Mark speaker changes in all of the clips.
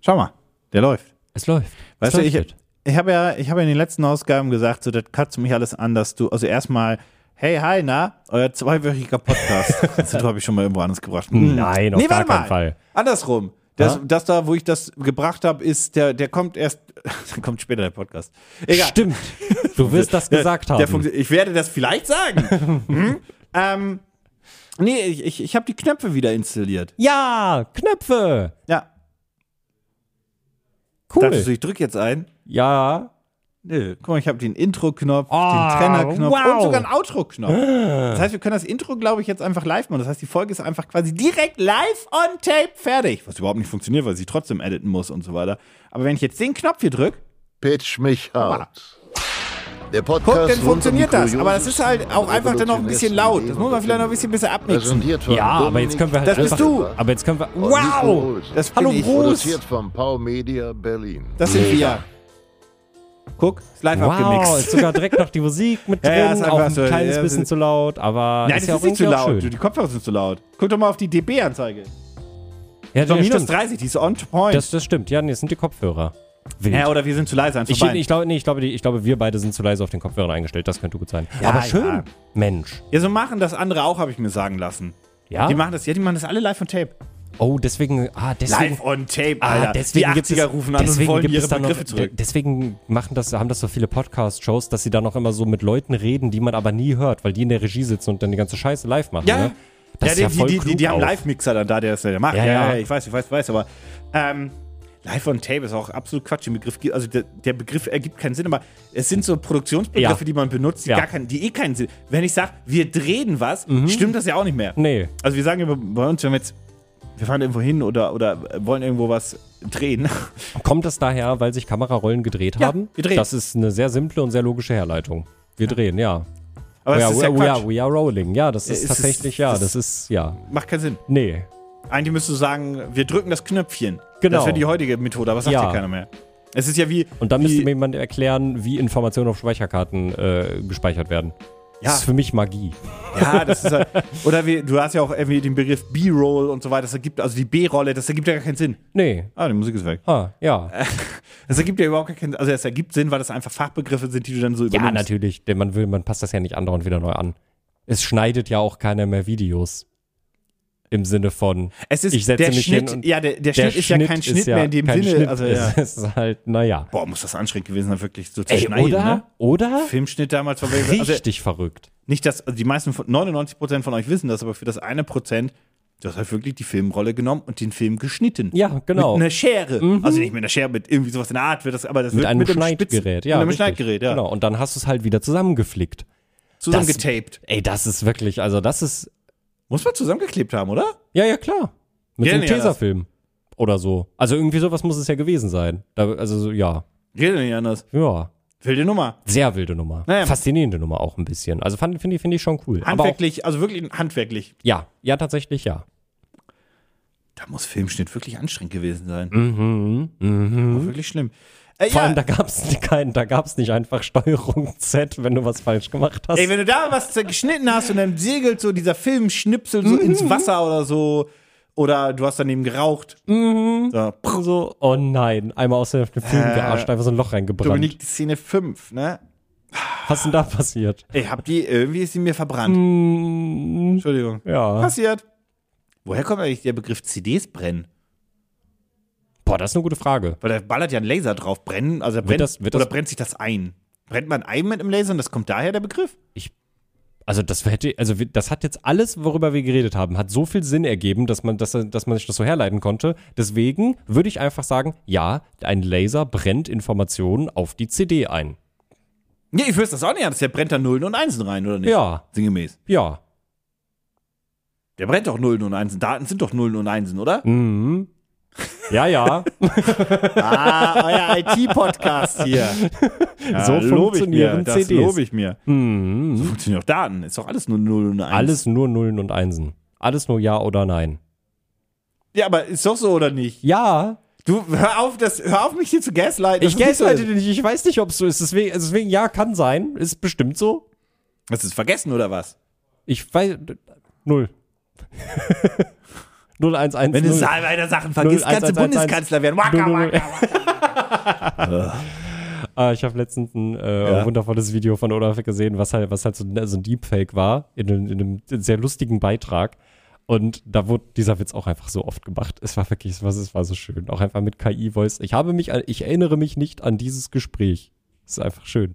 Speaker 1: Schau mal, der läuft.
Speaker 2: Es läuft.
Speaker 1: Weißt
Speaker 2: es
Speaker 1: du, ich,
Speaker 2: leuchtet.
Speaker 1: ich habe ja, ich habe ja in den letzten Ausgaben gesagt, so, das kotzt mich alles an, dass du, also erstmal, hey, hi, na, euer zweiwöchiger Podcast. das Titel habe ich schon mal irgendwo anders gebracht. Hm.
Speaker 2: Nein, auf
Speaker 1: nee,
Speaker 2: gar
Speaker 1: warte
Speaker 2: keinen
Speaker 1: mal.
Speaker 2: Fall.
Speaker 1: Andersrum. Das,
Speaker 2: Ja?
Speaker 1: das da, wo ich das gebracht habe, ist, der, der kommt erst, kommt später der Podcast. Egal.
Speaker 2: Stimmt. Du wirst das gesagt
Speaker 1: der,
Speaker 2: haben.
Speaker 1: der funktio- ich werde das vielleicht sagen. hm? ähm, nee, ich, ich, ich habe die Knöpfe wieder installiert.
Speaker 2: ja, Knöpfe.
Speaker 1: Ja. Dachtest du,
Speaker 2: Cool.
Speaker 1: ich drücke jetzt ein?
Speaker 2: Ja.
Speaker 1: Nö, guck mal, ich habe den Intro-Knopf,
Speaker 2: Ah,
Speaker 1: den Trenner-Knopf
Speaker 2: wow. Ah.
Speaker 1: und sogar einen Outro-Knopf. Das heißt, wir können das Intro, glaube ich, jetzt einfach live machen. Das heißt, die Folge ist einfach quasi direkt live on tape fertig. Was überhaupt nicht funktioniert, weil sie trotzdem editen muss und so weiter. Aber wenn ich jetzt den Knopf hier drücke,
Speaker 3: Pitch mich hart. Der
Speaker 1: guck,
Speaker 3: Podcast
Speaker 1: dann
Speaker 3: rund um
Speaker 1: funktioniert
Speaker 3: die
Speaker 1: das. Aber das ist
Speaker 3: kuriosesten
Speaker 1: halt auch
Speaker 3: und
Speaker 1: einfach dann noch ein bisschen laut. Das muss man vielleicht noch ein bisschen besser abmixen.
Speaker 3: Präsentiert von
Speaker 2: Ja, aber jetzt können wir halt
Speaker 1: Das bist
Speaker 2: einfach,
Speaker 1: du. Oh,
Speaker 2: Aber jetzt können wir.
Speaker 3: Nico
Speaker 2: Wow!
Speaker 3: Olsen.
Speaker 1: Das
Speaker 2: Hallo,
Speaker 1: bin ich.
Speaker 2: Bruder.
Speaker 3: Produziert von Pau Media Berlin.
Speaker 1: Das sind wir. Guck, ist live
Speaker 2: Wow,
Speaker 1: abgemixt.
Speaker 2: ist sogar direkt noch die Musik mit
Speaker 1: Ja,
Speaker 2: drin,
Speaker 1: ja, ist
Speaker 2: auch
Speaker 1: einfach
Speaker 2: ein
Speaker 1: so,
Speaker 2: kleines
Speaker 1: ja,
Speaker 2: bisschen
Speaker 1: ist-
Speaker 2: zu laut, aber
Speaker 1: Nein,
Speaker 2: ist
Speaker 1: das
Speaker 2: ja
Speaker 1: ist
Speaker 2: auch
Speaker 1: nicht zu
Speaker 2: irgendwie auch
Speaker 1: laut. Du,
Speaker 2: schön.
Speaker 1: Die Kopfhörer sind zu laut. Guck doch mal auf die dB-Anzeige.
Speaker 2: Ja,
Speaker 1: So,
Speaker 2: ja,
Speaker 1: minus
Speaker 2: stimmt.
Speaker 1: 30, die ist on point.
Speaker 2: Das, das stimmt, ja, nee, das sind die Kopfhörer. Wild.
Speaker 1: ja, oder wir sind zu leise. eins von
Speaker 2: ich,
Speaker 1: beiden.
Speaker 2: ich, glaube, nee, ich, glaube, die, ich glaube, wir beide sind zu leise auf den Kopfhörern eingestellt, das könnte gut sein.
Speaker 1: Ja,
Speaker 2: aber schön,
Speaker 1: ja.
Speaker 2: Mensch.
Speaker 1: Ja, so machen das andere auch, habe ich mir sagen lassen.
Speaker 2: Ja?
Speaker 1: Die machen das, ja, die machen das alle live on tape.
Speaker 2: Oh, deswegen, ah, deswegen.
Speaker 1: Live on tape, Alter.
Speaker 2: Ah, deswegen
Speaker 1: die
Speaker 2: gibt
Speaker 1: 80er
Speaker 2: es,
Speaker 1: rufen an und
Speaker 2: deswegen
Speaker 1: wollen
Speaker 2: gibt
Speaker 1: ihre
Speaker 2: es dann noch,
Speaker 1: Begriffe zurück.
Speaker 2: de- Deswegen machen das, haben das so viele Podcast-Shows, dass sie dann auch immer so mit Leuten reden, die man aber nie hört, weil die in der Regie sitzen und dann die ganze Scheiße live machen.
Speaker 1: Ja.
Speaker 2: ne? Das
Speaker 1: ja,
Speaker 2: ist
Speaker 1: die,
Speaker 2: ja voll
Speaker 1: die, die, die haben
Speaker 2: klug auch.
Speaker 1: Live-Mixer dann da, der das ja macht.
Speaker 2: Ja, ja.
Speaker 1: ich weiß, ich weiß, ich weiß, aber ähm, live on tape ist auch absolut Quatsch. Den Begriff, gibt- also der, der Begriff ergibt keinen Sinn, aber es sind so Produktionsbegriffe,
Speaker 2: Ja.
Speaker 1: die man benutzt, die,
Speaker 2: Ja. Mhm.
Speaker 1: gar keinen, die eh keinen Sinn. Wenn ich sage, wir drehen was, stimmt das ja auch nicht mehr.
Speaker 2: Nee.
Speaker 1: Also wir sagen ja bei- bei uns, wenn wir jetzt, wir fahren irgendwo hin oder, oder wollen irgendwo was drehen,
Speaker 2: Kommt das daher, weil sich Kamerarollen gedreht
Speaker 1: Ja,
Speaker 2: haben?
Speaker 1: wir drehen.
Speaker 2: Das ist eine sehr simple und sehr logische Herleitung. Wir drehen, ja. oh
Speaker 1: aber
Speaker 2: we,
Speaker 1: das
Speaker 2: are,
Speaker 1: ist ja
Speaker 2: we,
Speaker 1: Quatsch.
Speaker 2: are, we are rolling. Ja, das ist
Speaker 1: Es ist-
Speaker 2: tatsächlich, ja,
Speaker 1: das-
Speaker 2: das, ist, ja.
Speaker 1: Macht keinen Sinn.
Speaker 2: Nee.
Speaker 1: Eigentlich müsstest du sagen, wir drücken das Knöpfchen.
Speaker 2: Genau.
Speaker 1: Das wäre die heutige Methode, aber das sagt ja
Speaker 2: Ja.
Speaker 1: keiner mehr. Es ist ja wie.
Speaker 2: Und dann
Speaker 1: wie,
Speaker 2: müsste mir jemand erklären, wie Informationen auf Speicherkarten äh, gespeichert werden.
Speaker 1: Ja.
Speaker 2: Das ist für mich Magie.
Speaker 1: Ja, das ist halt, Oder wie, du hast ja auch irgendwie den Begriff B-Roll und so weiter. Das ergibt, also die B-Rolle, das ergibt ja gar keinen Sinn.
Speaker 2: Nee.
Speaker 1: Ah, die Musik ist weg.
Speaker 2: Ah, ja.
Speaker 1: Das ergibt ja überhaupt gar keinen Also, es ergibt Sinn, weil das einfach Fachbegriffe sind, die du dann so
Speaker 2: ja,
Speaker 1: übernimmst.
Speaker 2: natürlich. Denn man will, man passt das ja nicht andauernd wieder neu an. Es schneidet ja auch keiner mehr Videos. Im Sinne von,
Speaker 1: Es ist
Speaker 2: ich setze
Speaker 1: der
Speaker 2: mich
Speaker 1: Schnitt,
Speaker 2: hin und
Speaker 1: ja, der, der, Schnitt ist ja kein Schnitt mehr in dem
Speaker 2: kein
Speaker 1: Sinne.
Speaker 2: Schnitt.
Speaker 1: Also, ja.
Speaker 2: Es ist halt, naja.
Speaker 1: Boah, muss das anstrengend gewesen sein, wirklich so zu
Speaker 2: Ey,
Speaker 1: schneiden.
Speaker 2: oder?
Speaker 1: Ne?
Speaker 2: Oder?
Speaker 1: Filmschnitt damals war wirklich- also,
Speaker 2: Richtig verrückt.
Speaker 1: Nicht, dass also die meisten von 99% von euch wissen das, aber für das eine Prozent, du hast halt wirklich die Filmrolle genommen und den Film geschnitten.
Speaker 2: Ja, genau.
Speaker 1: Mit einer Schere. Also nicht mit einer Schere, mit irgendwie sowas in der Art wird das, aber das
Speaker 2: Mit
Speaker 1: wird
Speaker 2: einem
Speaker 1: mit
Speaker 2: Schneidgerät,
Speaker 1: Spitzen-
Speaker 2: ja.
Speaker 1: Mit einem
Speaker 2: richtig.
Speaker 1: Schneidgerät, ja.
Speaker 2: Genau, und dann hast du es halt wieder zusammengeflickt.
Speaker 1: Zusammengetaped.
Speaker 2: Ey, das ist wirklich, also das ist,
Speaker 1: Muss man zusammengeklebt haben, oder?
Speaker 2: ja, ja, klar. Mit
Speaker 1: Ja,
Speaker 2: so einem
Speaker 1: nee, das-
Speaker 2: Tesafilm. Oder so. Also irgendwie sowas muss es ja gewesen sein. Da, also, so, ja.
Speaker 1: Geht ja nicht anders.
Speaker 2: Ja.
Speaker 1: Wilde Nummer.
Speaker 2: Sehr wilde Nummer.
Speaker 1: Naja.
Speaker 2: Faszinierende Nummer auch ein bisschen. Also fand- finde ich, finde ich schon cool. Aber auch,
Speaker 1: Handwerklich, also wirklich handwerklich.
Speaker 2: ja, ja, tatsächlich ja.
Speaker 1: Da muss Filmschnitt wirklich anstrengend gewesen sein.
Speaker 2: Mhm, mhm.
Speaker 1: War wirklich schlimm. Äh,
Speaker 2: Vor allem,
Speaker 1: ja,
Speaker 2: da gab es keinen, da gab es nicht einfach Steuerung Z, wenn du was falsch gemacht hast.
Speaker 1: ey, wenn du da was geschnitten hast und dann segelt so dieser Filmschnipsel so
Speaker 2: Mhm.
Speaker 1: ins Wasser oder so. Oder du hast daneben geraucht.
Speaker 2: Mhm.
Speaker 1: So,
Speaker 2: so, oh nein, einmal aus dem Film
Speaker 1: Äh,
Speaker 2: gearscht, einfach so ein Loch reingebrannt.
Speaker 1: Dominik, die Szene 5, ne?
Speaker 2: Was ist denn da passiert?
Speaker 1: Ich hab die, irgendwie ist sie mir verbrannt. Entschuldigung.
Speaker 2: Mhm. Ja.
Speaker 1: Passiert. Woher kommt eigentlich der Begriff CDs brennen?
Speaker 2: Boah, das ist eine gute Frage.
Speaker 1: Weil da ballert ja ein Laser drauf. Brennen, also da brennt,
Speaker 2: das- wird das-
Speaker 1: oder brennt sich das ein? Brennt man ein mit einem Laser und das kommt daher der Begriff?
Speaker 2: Also das hätte, also wir- das hat jetzt alles, worüber wir geredet haben, hat so viel Sinn ergeben, dass man, dass, dass man sich das so herleiten konnte. Deswegen würde ich einfach sagen, ja, ein Laser brennt Informationen auf die CD ein.
Speaker 1: Nee, ich wüsste das auch nicht. Das der brennt da Nullen und Einsen rein, oder nicht?
Speaker 2: Ja,
Speaker 1: Sinngemäß.
Speaker 2: ja.
Speaker 1: Der brennt doch Nullen und Einsen. Daten sind doch Nullen und Einsen, oder?
Speaker 2: Mhm. Ja, ja.
Speaker 1: ah, euer IT-Podcast hier. Ja,
Speaker 2: So
Speaker 1: lob ich mir,
Speaker 2: funktionieren
Speaker 1: das
Speaker 2: CDs.
Speaker 1: lob ich mir.
Speaker 2: mhm.
Speaker 1: Funktionieren auch Daten. Ist doch alles nur Nullen und Einsen.
Speaker 2: Alles nur Nullen und Einsen. Alles nur Ja oder Nein.
Speaker 1: Ja, aber ist doch so, oder nicht?
Speaker 2: Ja.
Speaker 1: Du, hör auf, das, hör auf mich hier zu gaslighten.
Speaker 2: Ich guess heute nicht. Ich weiß nicht, ob es so ist. Deswegen, also deswegen, ja, kann sein. Ist bestimmt so.
Speaker 1: Hast du es vergessen oder was?
Speaker 2: Ich weiß. Null. 0110.
Speaker 1: Wenn du Salweiner Sachen vergisst, kannst du
Speaker 2: 01111.
Speaker 1: Bundeskanzler werden. Waka,
Speaker 2: Null, null,
Speaker 1: waka, waka.
Speaker 2: Ah, ich habe letztens ein äh,
Speaker 1: Ja.
Speaker 2: wundervolles Video von Olaf gesehen, was halt, was halt so, ein- so ein Deepfake war, in, einem- in einem sehr lustigen Beitrag. Und da wurde dieser Witz auch einfach so oft gemacht. Es war wirklich, es war, es war so schön. Auch einfach mit KI-Voice. Ich habe mich, an- ich erinnere mich nicht an dieses Gespräch. Es ist einfach schön.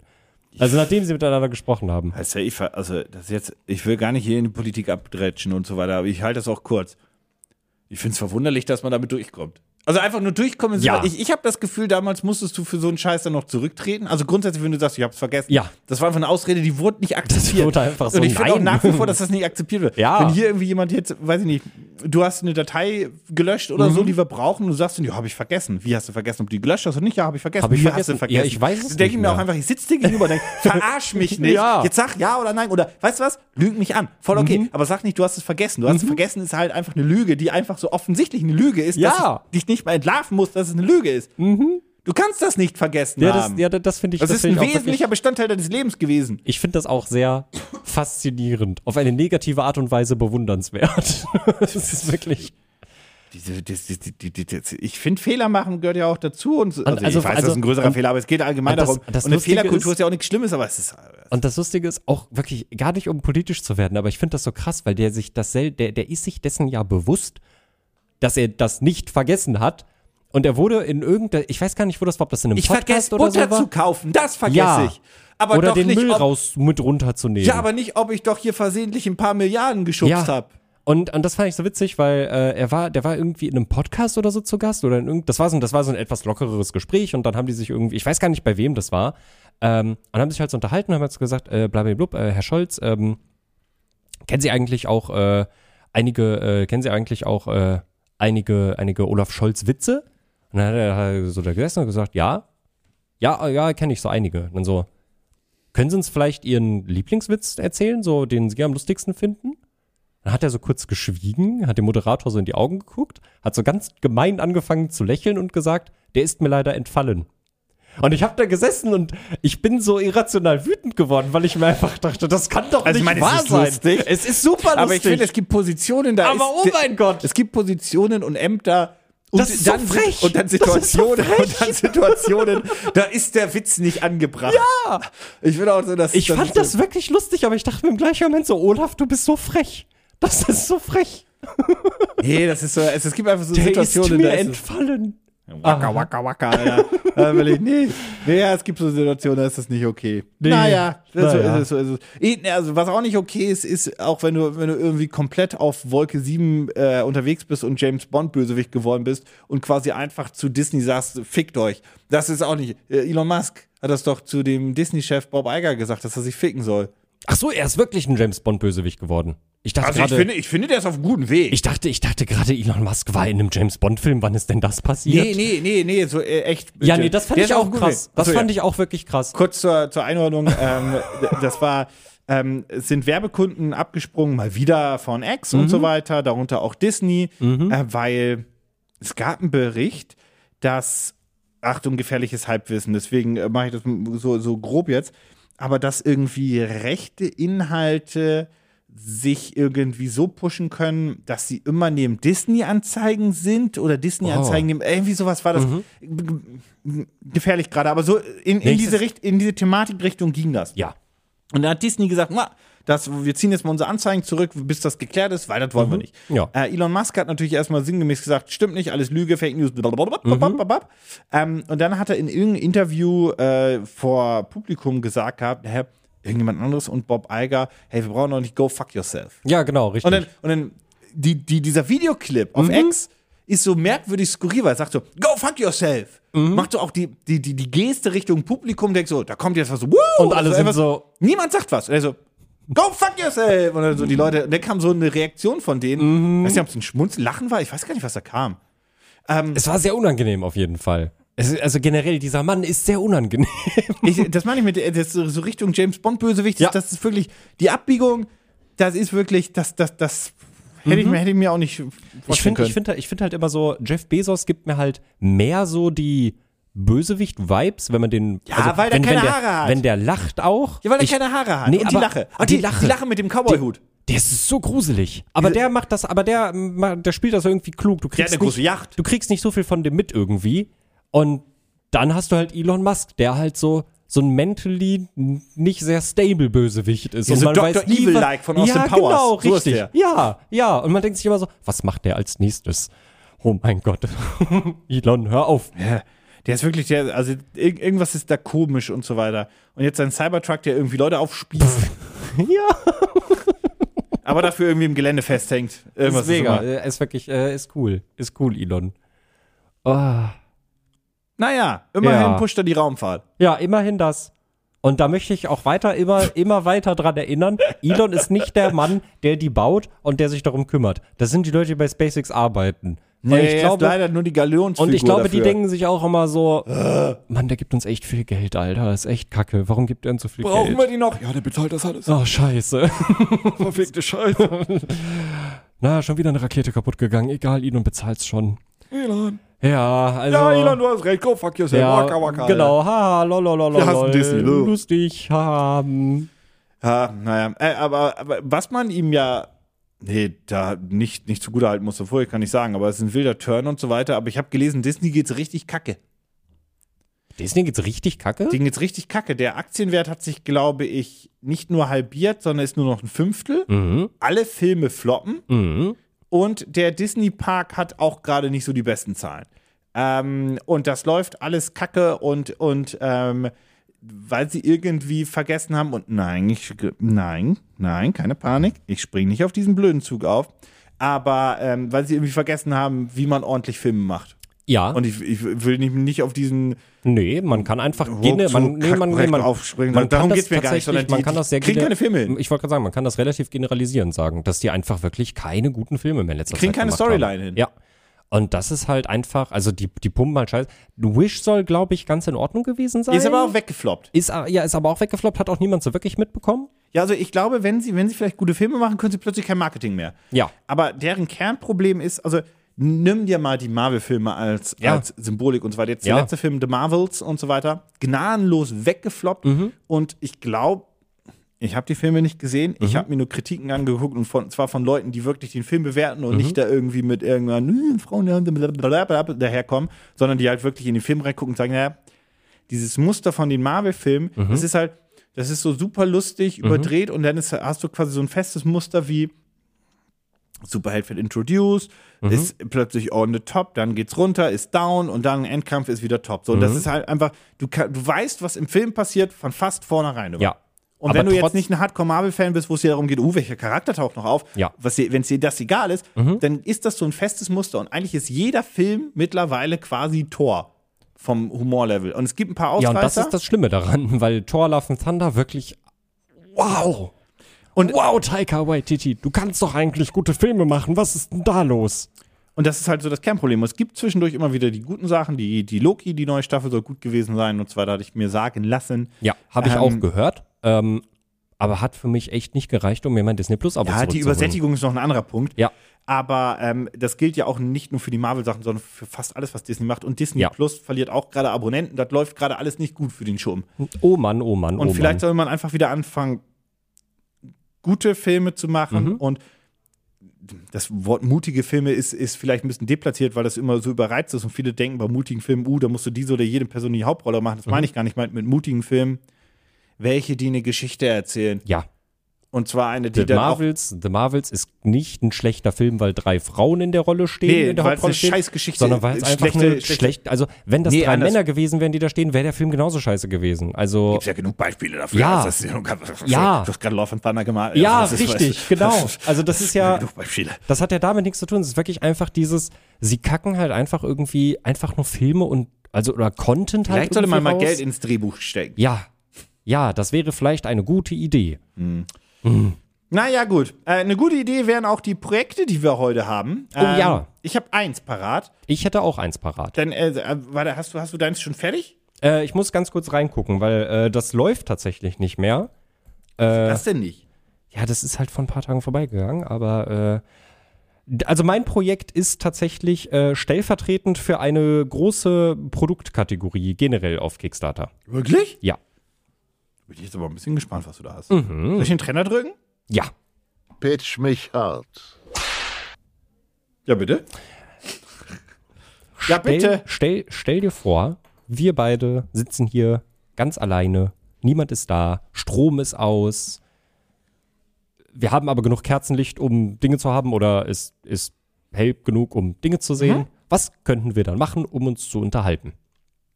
Speaker 2: Also nachdem sie miteinander gesprochen haben.
Speaker 1: Also, ich, ver- also das ist jetzt, ich will gar nicht hier in die Politik abdretschen und so weiter, aber ich halte das auch kurz. Ich finde es verwunderlich, dass man damit durchkommt. Also einfach nur durchkommen. ist
Speaker 2: Ja.
Speaker 1: immer- Ich, ich habe das Gefühl, damals musstest du für so einen Scheiß dann noch zurücktreten. Also grundsätzlich, wenn du sagst, ich habe es vergessen.
Speaker 2: Ja.
Speaker 1: Das war einfach eine Ausrede, die wurde nicht akzeptiert.
Speaker 2: wurde einfach so,
Speaker 1: und ich finde auch
Speaker 2: nein.
Speaker 1: nach wie vor, dass das nicht akzeptiert wird.
Speaker 2: Ja.
Speaker 1: Wenn hier irgendwie jemand jetzt, weiß ich nicht, du hast eine Datei gelöscht oder
Speaker 2: Mhm.
Speaker 1: so, die wir brauchen und du sagst, dann, ja, habe ich vergessen. Wie hast du vergessen? Ob du die gelöscht hast oder nicht? Ja, habe ich vergessen.
Speaker 2: Hab ich
Speaker 1: Wie hast du
Speaker 2: vergessen?
Speaker 1: vergessen?
Speaker 2: Ja, ich weiß es
Speaker 1: Denke ich
Speaker 2: nicht
Speaker 1: mir auch
Speaker 2: mehr.
Speaker 1: einfach, ich sitze dir gegenüber und denke, verarsch mich nicht.
Speaker 2: Ja.
Speaker 1: Jetzt sag ja oder nein oder weißt du was? Lüg mich an. Voll okay. Aber sag nicht, du hast es vergessen. Du hast es vergessen, ist halt einfach eine Lüge, die einfach so offensichtlich eine Lüge ist,
Speaker 2: Ja.
Speaker 1: dass ich dich nicht mal entlarven muss, dass es eine Lüge ist. Du kannst Mhm. das nicht vergessen
Speaker 2: Ja, das,
Speaker 1: haben.
Speaker 2: ja, das finde ich
Speaker 1: Ähm, das, ist ein
Speaker 2: find ich auch wirklich-
Speaker 1: wesentlicher Bestandteil deines Lebens gewesen.
Speaker 2: Ich finde das auch sehr faszinierend. Auf eine negative Art und Weise bewundernswert. das ist wirklich.
Speaker 1: Diese, die, die, die, die, die, die, ich finde, Fehler machen gehört ja auch dazu. Und, so- also,
Speaker 2: also-
Speaker 1: ich weiß,
Speaker 2: also-
Speaker 1: das ist ein größerer Fehler, aber es geht allgemein
Speaker 2: und das-
Speaker 1: darum.
Speaker 2: das
Speaker 1: und eine
Speaker 2: Lustige
Speaker 1: Fehlerkultur
Speaker 2: ist-
Speaker 1: ist, ja auch nichts Schlimmes, aber es ist.
Speaker 2: Und das Lustige ist auch wirklich gar nicht, um politisch zu werden, aber ich finde das so krass, weil der sich das sel der, der ist sich dessen ja bewusst, dass er das nicht vergessen hat. Und er wurde in irgendeiner, ich weiß gar nicht, wo das war, ob das in einem
Speaker 1: Ich
Speaker 2: Podcast
Speaker 1: vergesse
Speaker 2: oder so
Speaker 1: Butter
Speaker 2: war.
Speaker 1: zu kaufen, das vergesse
Speaker 2: Ja.
Speaker 1: ich. Aber
Speaker 2: oder
Speaker 1: doch
Speaker 2: den
Speaker 1: nicht,
Speaker 2: Müll
Speaker 1: ob,
Speaker 2: raus mit runterzunehmen.
Speaker 1: Ja, aber nicht, ob ich doch hier versehentlich ein paar Milliarden geschubst
Speaker 2: Ja.
Speaker 1: habe.
Speaker 2: Und, und das fand ich so witzig, weil äh, er war, der war irgendwie in einem Podcast oder so zu Gast oder in irgend, das war so, ein- das war so ein etwas lockereres Gespräch und dann haben die sich irgendwie, ich weiß gar nicht, bei wem das war, ähm, und haben sich halt so unterhalten und haben jetzt gesagt, äh, blablabla, äh, Herr Scholz, ähm, kennen Sie eigentlich auch äh, einige, äh, kennen Sie eigentlich auch äh, einige, einige Olaf Scholz Witze? Und dann hat er halt so da gesessen und gesagt, ja, ja, äh, ja, kenne ich so einige. Und dann so, können Sie uns vielleicht Ihren Lieblingswitz erzählen, so den Sie am lustigsten finden? Dann hat er so kurz geschwiegen, hat dem Moderator so in die Augen geguckt, hat so ganz gemein angefangen zu lächeln und gesagt, der ist mir leider entfallen. Und ich habe da gesessen und ich bin so irrational wütend geworden, weil ich mir einfach dachte, das kann doch
Speaker 1: Also ich meine,
Speaker 2: nicht
Speaker 1: es
Speaker 2: wahr
Speaker 1: ist
Speaker 2: sein.
Speaker 1: lustig.
Speaker 2: Es ist super lustig.
Speaker 1: Aber ich finde, es gibt Positionen da.
Speaker 2: Aber oh
Speaker 1: ist,
Speaker 2: mein Gott.
Speaker 1: Es gibt Positionen und Ämter. Und
Speaker 2: Das ist so
Speaker 1: dann,
Speaker 2: frech.
Speaker 1: Und dann
Speaker 2: Das ist so
Speaker 1: Situationen.
Speaker 2: frech.
Speaker 1: und dann Situationen. Da ist der Witz nicht angebracht. Ja. Ich finde auch so, dass.
Speaker 2: Ich
Speaker 1: dass
Speaker 2: fand das wirklich lustig, aber ich dachte mir im gleichen Moment so, Olaf, du bist so frech. Das ist so frech.
Speaker 1: Nee, das ist so. Es, es gibt einfach so
Speaker 2: Der
Speaker 1: Situationen,
Speaker 2: ist mir
Speaker 1: da ist es-
Speaker 2: entfallen.
Speaker 1: Waka, waka, waka, Alter. da will ich nicht. Nee, ja, es gibt so Situationen, da ist das nicht okay. Naja, so
Speaker 2: Naja.
Speaker 1: ist es, so ist es. Eh, ne, Also, was auch nicht okay ist, ist auch, wenn du, wenn du irgendwie komplett auf Wolke 7 äh, unterwegs bist und James Bond Bösewicht geworden bist und quasi einfach zu Disney sagst, fickt euch. Das ist auch nicht. Äh, Elon Musk hat das doch zu dem Disney-Chef Bob Iger gesagt, dass er sich ficken soll.
Speaker 2: Ach so, er ist wirklich ein James Bond Bösewicht geworden. Ich dachte gerade, ich,
Speaker 1: Also ich finde, der ist auf einem guten Weg.
Speaker 2: dachte, ich dachte gerade, Elon Musk war in einem James Bond Film. Wann ist denn das passiert?
Speaker 1: nee, nee, nee, nee, so äh, echt.
Speaker 2: Ja, nee, das fand
Speaker 1: Der
Speaker 2: ich
Speaker 1: ist auf
Speaker 2: auch
Speaker 1: einem guten
Speaker 2: krass.
Speaker 1: Weg.
Speaker 2: Das
Speaker 1: Achso, ja.
Speaker 2: fand ich auch wirklich krass.
Speaker 1: kurz zur, zur Einordnung, ähm, d- das war, ähm, es sind Werbekunden abgesprungen, mal wieder von X und so weiter, darunter auch Disney, äh, weil es gab einen Bericht, dass, Achtung, gefährliches Halbwissen, deswegen äh, mache ich das m- so, so grob jetzt, aber dass irgendwie rechte Inhalte sich irgendwie so pushen können, dass sie immer neben Disney-Anzeigen sind oder Disney-Anzeigen neben irgendwie sowas war das gefährlich gerade, aber so in, in,
Speaker 2: Nächstes-
Speaker 1: diese, Richt in diese Thematikrichtung ging das.
Speaker 2: Ja.
Speaker 1: Und da hat Disney gesagt, "Ma, das, wir ziehen jetzt mal unsere Anzeigen zurück, bis das geklärt ist, weil das wollen wir nicht.
Speaker 2: Mhm. Ja.
Speaker 1: Äh, Elon Musk hat natürlich erstmal sinngemäß gesagt, stimmt nicht, alles Lüge, Fake News. blablabla,
Speaker 2: Mhm.
Speaker 1: blablabla. Ähm, und dann hat er in irgendeinem Interview äh, vor Publikum gesagt gehabt, hä, irgendjemand anderes und Bob Iger, hey, wir brauchen doch nicht Go Fuck Yourself.
Speaker 2: Ja, genau, richtig.
Speaker 1: Und dann, und dann die, die, dieser Videoclip auf
Speaker 2: Mhm.
Speaker 1: X ist so merkwürdig skurril, weil er sagt so, go fuck yourself.
Speaker 2: Mhm.
Speaker 1: Macht so auch die, die, die, die Geste Richtung Publikum, denkt so, da kommt jetzt was so, Woo!
Speaker 2: Und alle
Speaker 1: so
Speaker 2: sind
Speaker 1: einfach
Speaker 2: so-
Speaker 1: Niemand sagt was. Und er so, go fuck yourself. Und dann so die Leute, und dann kam so eine Reaktion von
Speaker 2: Mhm.
Speaker 1: denen. Weißt du, ob es ein Schmunzeln, Lachen war? Ich weiß gar nicht, was da kam.
Speaker 2: es war sehr unangenehm auf jeden Fall. Es, also generell, dieser Mann ist sehr unangenehm.
Speaker 1: Ich, das meine ich mit äh, das, so Richtung James Bond Bösewicht.
Speaker 2: Ja.
Speaker 1: Das ist wirklich die Abbiegung. Das ist wirklich, das, das, das hätte, ich, mir- hätte ich mir auch nicht vorstellen
Speaker 2: Mhm. Ich finde
Speaker 1: können.
Speaker 2: ich find, halt- ich find halt immer so, Jeff Bezos gibt mir halt mehr so die Bösewicht-Vibes, wenn man den. Ja,
Speaker 1: weil der
Speaker 2: wenn,
Speaker 1: keine
Speaker 2: wenn der,
Speaker 1: Haare hat.
Speaker 2: Wenn der lacht auch.
Speaker 1: Ja, weil er
Speaker 2: ich,
Speaker 1: keine Haare hat.
Speaker 2: Nee,
Speaker 1: und die
Speaker 2: aber-
Speaker 1: Lache. Ah,
Speaker 2: die
Speaker 1: die,
Speaker 2: Lache.
Speaker 1: Die Lache mit dem Cowboy-Hut.
Speaker 2: Der ist so gruselig. Aber der macht das, aber der, ma- der spielt das irgendwie klug. Du
Speaker 1: Der
Speaker 2: kriegst,
Speaker 1: hat eine große
Speaker 2: nicht,
Speaker 1: Yacht.
Speaker 2: du kriegst nicht so viel von dem mit irgendwie. Und dann hast du halt Elon Musk, der halt so, so ein mentally n- nicht sehr stable Bösewicht ist.
Speaker 1: Ja,
Speaker 2: und
Speaker 1: so
Speaker 2: man
Speaker 1: Dr.
Speaker 2: weiß nie,
Speaker 1: Evil-like
Speaker 2: wa-
Speaker 1: von Austin
Speaker 2: ja,
Speaker 1: Powers.
Speaker 2: Genau,
Speaker 1: So ist
Speaker 2: richtig.
Speaker 1: der.
Speaker 2: ja, ja. Und man denkt sich immer so, was macht der als nächstes? Oh mein Gott. Elon, hör auf.
Speaker 1: Ja, Der ist wirklich, der, also ir irgendwas ist da komisch und so weiter. Und jetzt ein Cybertruck, der irgendwie Leute aufspießt,
Speaker 2: Ja.
Speaker 1: aber dafür irgendwie im Gelände festhängt. Irgendwas
Speaker 2: ist mega.
Speaker 1: immer-
Speaker 2: Äh, Ist wirklich, äh, ist cool. Ist cool, Elon. Ah.
Speaker 1: Naja, immerhin
Speaker 2: Ja.
Speaker 1: pusht er die Raumfahrt.
Speaker 2: Ja, immerhin das. Und da möchte ich auch weiter, immer, immer weiter dran erinnern. Elon ist nicht der Mann, der die baut und der sich darum kümmert. Das sind die Leute, die bei SpaceX arbeiten. Weil
Speaker 1: er ist leider nur die Galionsfigur
Speaker 2: und ich glaube, die
Speaker 1: dafür.
Speaker 2: denken sich auch immer so, Mann, der gibt uns echt viel Geld, Alter. Das ist echt kacke. Warum gibt er uns so viel
Speaker 1: brauchen
Speaker 2: Geld?
Speaker 1: wir die noch? Ja, der bezahlt das alles.
Speaker 2: Oh, scheiße.
Speaker 1: Verfickte Scheiße.
Speaker 2: Na, schon wieder eine Rakete kaputt gegangen. Egal, Elon bezahlt's schon.
Speaker 1: Elon.
Speaker 2: Ja, also.
Speaker 1: Ja, Elon, du hast recht. Go fuck yourself.
Speaker 2: Ja,
Speaker 1: Waka, waka,
Speaker 2: genau, haha, lolololol.
Speaker 1: Wir hassen Disney, ne?
Speaker 2: Lustig, haha. hm.
Speaker 1: Ja, naja, äh, aber, aber was man ihm ja, nee, da nicht, nicht zugutehalten muss, bevor ich kann nicht sagen, aber es ist ein wilder Turn und so weiter. Aber ich habe gelesen, Disney geht's richtig kacke.
Speaker 2: Disney geht's richtig kacke?
Speaker 1: Denen geht's richtig kacke. Der Aktienwert hat sich, glaube ich, nicht nur halbiert, sondern ist nur noch ein Fünftel.
Speaker 2: Mhm,
Speaker 1: Alle Filme floppen
Speaker 2: mhm.
Speaker 1: und der Disney Park hat auch gerade nicht so die besten Zahlen. Ähm, und das läuft alles kacke und, und ähm, weil sie irgendwie vergessen haben und nein, ich, nein, nein, keine Panik, ich springe nicht auf diesen blöden Zug auf, aber ähm, weil sie irgendwie vergessen haben, wie man ordentlich Filme macht.
Speaker 2: Ja,
Speaker 1: Und ich, ich will nicht, nicht auf diesen
Speaker 2: nee, man kann einfach
Speaker 1: Ruckzuck,
Speaker 2: gene, man, nee, man, nee,
Speaker 1: Kackprojekt
Speaker 2: man,
Speaker 1: aufspringen.
Speaker 2: man
Speaker 1: Darum
Speaker 2: kann das
Speaker 1: geht's mir gar nicht,
Speaker 2: tatsächlich-
Speaker 1: sondern
Speaker 2: man
Speaker 1: die-
Speaker 2: kann das sehr
Speaker 1: die kriegen
Speaker 2: gener-
Speaker 1: keine Filme hin.
Speaker 2: Ich wollte gerade sagen, man kann das relativ generalisierend sagen, dass die einfach wirklich keine guten Filme mehr in letzter
Speaker 1: kriegen
Speaker 2: Zeit
Speaker 1: keine
Speaker 2: gemacht
Speaker 1: Storyline hin.
Speaker 2: haben. Ja. Und das ist halt einfach, also die, die pumpen halt scheiße. Wish soll, glaube ich, ganz in Ordnung gewesen sein.
Speaker 1: Ist aber auch weggefloppt.
Speaker 2: Ist, äh, ja, ist aber auch weggefloppt, hat auch niemand so wirklich mitbekommen.
Speaker 1: Ja, also ich glaube, wenn sie, wenn sie vielleicht gute Filme machen, können sie plötzlich kein Marketing mehr.
Speaker 2: Ja.
Speaker 1: Aber deren Kernproblem ist, also nimm dir mal die Marvel-Filme als,
Speaker 2: Ja.
Speaker 1: als Symbolik und so weiter. Jetzt
Speaker 2: Ja.
Speaker 1: der letzte Film, The Marvels und so weiter, gnadenlos weggefloppt. Und ich glaube, ich habe die Filme nicht gesehen. Ich habe mir nur Kritiken angeguckt und von, zwar von Leuten, die wirklich den Film bewerten und nicht da irgendwie mit irgendwann "Nö, Frauen blablabla" daherkommen, sondern die halt wirklich in den Film reingucken und sagen, naja, dieses Muster von den Marvel-Filmen, das ist halt, das ist so super lustig, überdreht und dann ist, hast du quasi so ein festes Muster wie Superheld wird introduced, ist plötzlich on the top, dann geht's runter, ist down und dann Endkampf ist wieder top. So, und das ist halt einfach, du, kann, du weißt, was im Film passiert, von fast vornherein.
Speaker 2: Ja.
Speaker 1: Und
Speaker 2: Aber
Speaker 1: wenn du jetzt
Speaker 2: trotz-
Speaker 1: nicht ein Hardcore-Marvel-Fan bist, wo es dir darum geht, oh, welcher Charakter taucht noch auf,
Speaker 2: Ja. Mhm.
Speaker 1: wenn es dir das egal ist, dann ist das so ein festes Muster. Und eigentlich ist jeder Film mittlerweile quasi Tor vom Humorlevel. Und es gibt ein paar
Speaker 2: Ja,
Speaker 1: Ausreißer.
Speaker 2: und das ist das Schlimme daran, weil Thor Love and Thunder wirklich. Wow!
Speaker 1: Und-
Speaker 2: wow, Taika Waititi, du kannst doch eigentlich gute Filme machen. Was ist denn da los?
Speaker 1: Und das ist halt so das Kernproblem. Es gibt zwischendurch immer wieder die guten Sachen, die, die Loki, die neue Staffel soll gut gewesen sein und zwar hatte ich mir sagen lassen.
Speaker 2: Ja, habe ich
Speaker 1: Ähm,
Speaker 2: auch gehört. Ähm, aber hat für mich echt nicht gereicht, um mir mein Disney Plus Abo
Speaker 1: Ja, die
Speaker 2: zurückzuholen.
Speaker 1: Übersättigung ist noch ein anderer Punkt.
Speaker 2: Ja,
Speaker 1: Aber ähm, das gilt ja auch nicht nur für die Marvel-Sachen, sondern für fast alles, was Disney macht. Und Disney
Speaker 2: Ja.
Speaker 1: Plus verliert auch gerade Abonnenten. Das läuft gerade alles nicht gut für den Schirm.
Speaker 2: oh Mann, oh Mann,
Speaker 1: Und
Speaker 2: oh
Speaker 1: vielleicht
Speaker 2: Mann.
Speaker 1: soll man einfach wieder anfangen, gute Filme zu
Speaker 2: Mhm.
Speaker 1: machen. Und das Wort mutige Filme ist, ist vielleicht ein bisschen deplatziert, weil das immer so überreizt ist. Und viele denken bei mutigen Filmen, uh, da musst du diese oder jede Person die Hauptrolle machen. Das
Speaker 2: Mhm.
Speaker 1: meine ich gar nicht. Ich meine mit mutigen Filmen, welche die eine Geschichte erzählen.
Speaker 2: Ja,
Speaker 1: Und zwar eine, die
Speaker 2: The
Speaker 1: dann auch
Speaker 2: Marvels, The Marvels ist nicht ein schlechter Film, weil drei Frauen in der Rolle stehen,
Speaker 1: Nee,
Speaker 2: in der
Speaker 1: weil es
Speaker 2: Hauptrolle
Speaker 1: eine
Speaker 2: stehen,
Speaker 1: Scheißgeschichte
Speaker 2: sondern weil
Speaker 1: ist.
Speaker 2: es einfach
Speaker 1: Schlechte-
Speaker 2: eine
Speaker 1: schlechte-
Speaker 2: schlecht, also wenn das
Speaker 1: Nee,
Speaker 2: drei
Speaker 1: anders.
Speaker 2: Männer gewesen wären, die da stehen, wäre der Film genauso scheiße gewesen. Also
Speaker 1: Gibt's ja genug Beispiele dafür.
Speaker 2: Ja.
Speaker 1: Das ist
Speaker 2: Ja.
Speaker 1: Du hast gerade Love and Thunder gemacht.
Speaker 2: Ja,
Speaker 1: Also das ist-
Speaker 2: richtig,
Speaker 1: weißt du,
Speaker 2: genau. Also das ist ja,
Speaker 1: Genug Beispiele.
Speaker 2: das hat ja damit nichts zu tun. Es ist wirklich einfach dieses, sie kacken halt einfach irgendwie einfach nur Filme und also oder Content halt.
Speaker 1: Vielleicht sollte man
Speaker 2: irgendwie
Speaker 1: mal
Speaker 2: raus.
Speaker 1: Geld ins Drehbuch stecken.
Speaker 2: Ja, ja, das wäre vielleicht eine gute Idee.
Speaker 1: Naja, gut. Äh, eine gute Idee wären auch die Projekte, die wir heute haben. Oh
Speaker 2: ja.
Speaker 1: Ich habe eins parat.
Speaker 2: Ich hätte auch eins parat.
Speaker 1: Dann, äh, äh, warte, hast du, hast du deins schon fertig?
Speaker 2: Äh, ich muss ganz kurz reingucken, weil äh, das läuft tatsächlich nicht mehr. Äh.
Speaker 1: Was denn nicht?
Speaker 2: Ja, das ist halt vor ein paar Tagen vorbeigegangen, aber äh, d- also mein Projekt ist tatsächlich äh, stellvertretend für eine große Produktkategorie generell auf Kickstarter.
Speaker 1: Wirklich?
Speaker 2: Ja. Mhm.
Speaker 1: Bin ich jetzt aber ein bisschen gespannt, was du da hast. Soll ich den Trainer drücken?
Speaker 2: Ja.
Speaker 3: Pitch mich hart.
Speaker 1: Ja, bitte? Ja, bitte.
Speaker 2: Stell, stell, stell dir vor, wir beide sitzen hier ganz alleine, niemand ist da, Strom ist aus. Wir haben aber genug Kerzenlicht, um Dinge zu haben, oder es ist hell genug, um Dinge zu sehen.
Speaker 1: Mhm.
Speaker 2: Was könnten wir dann machen, um uns zu unterhalten?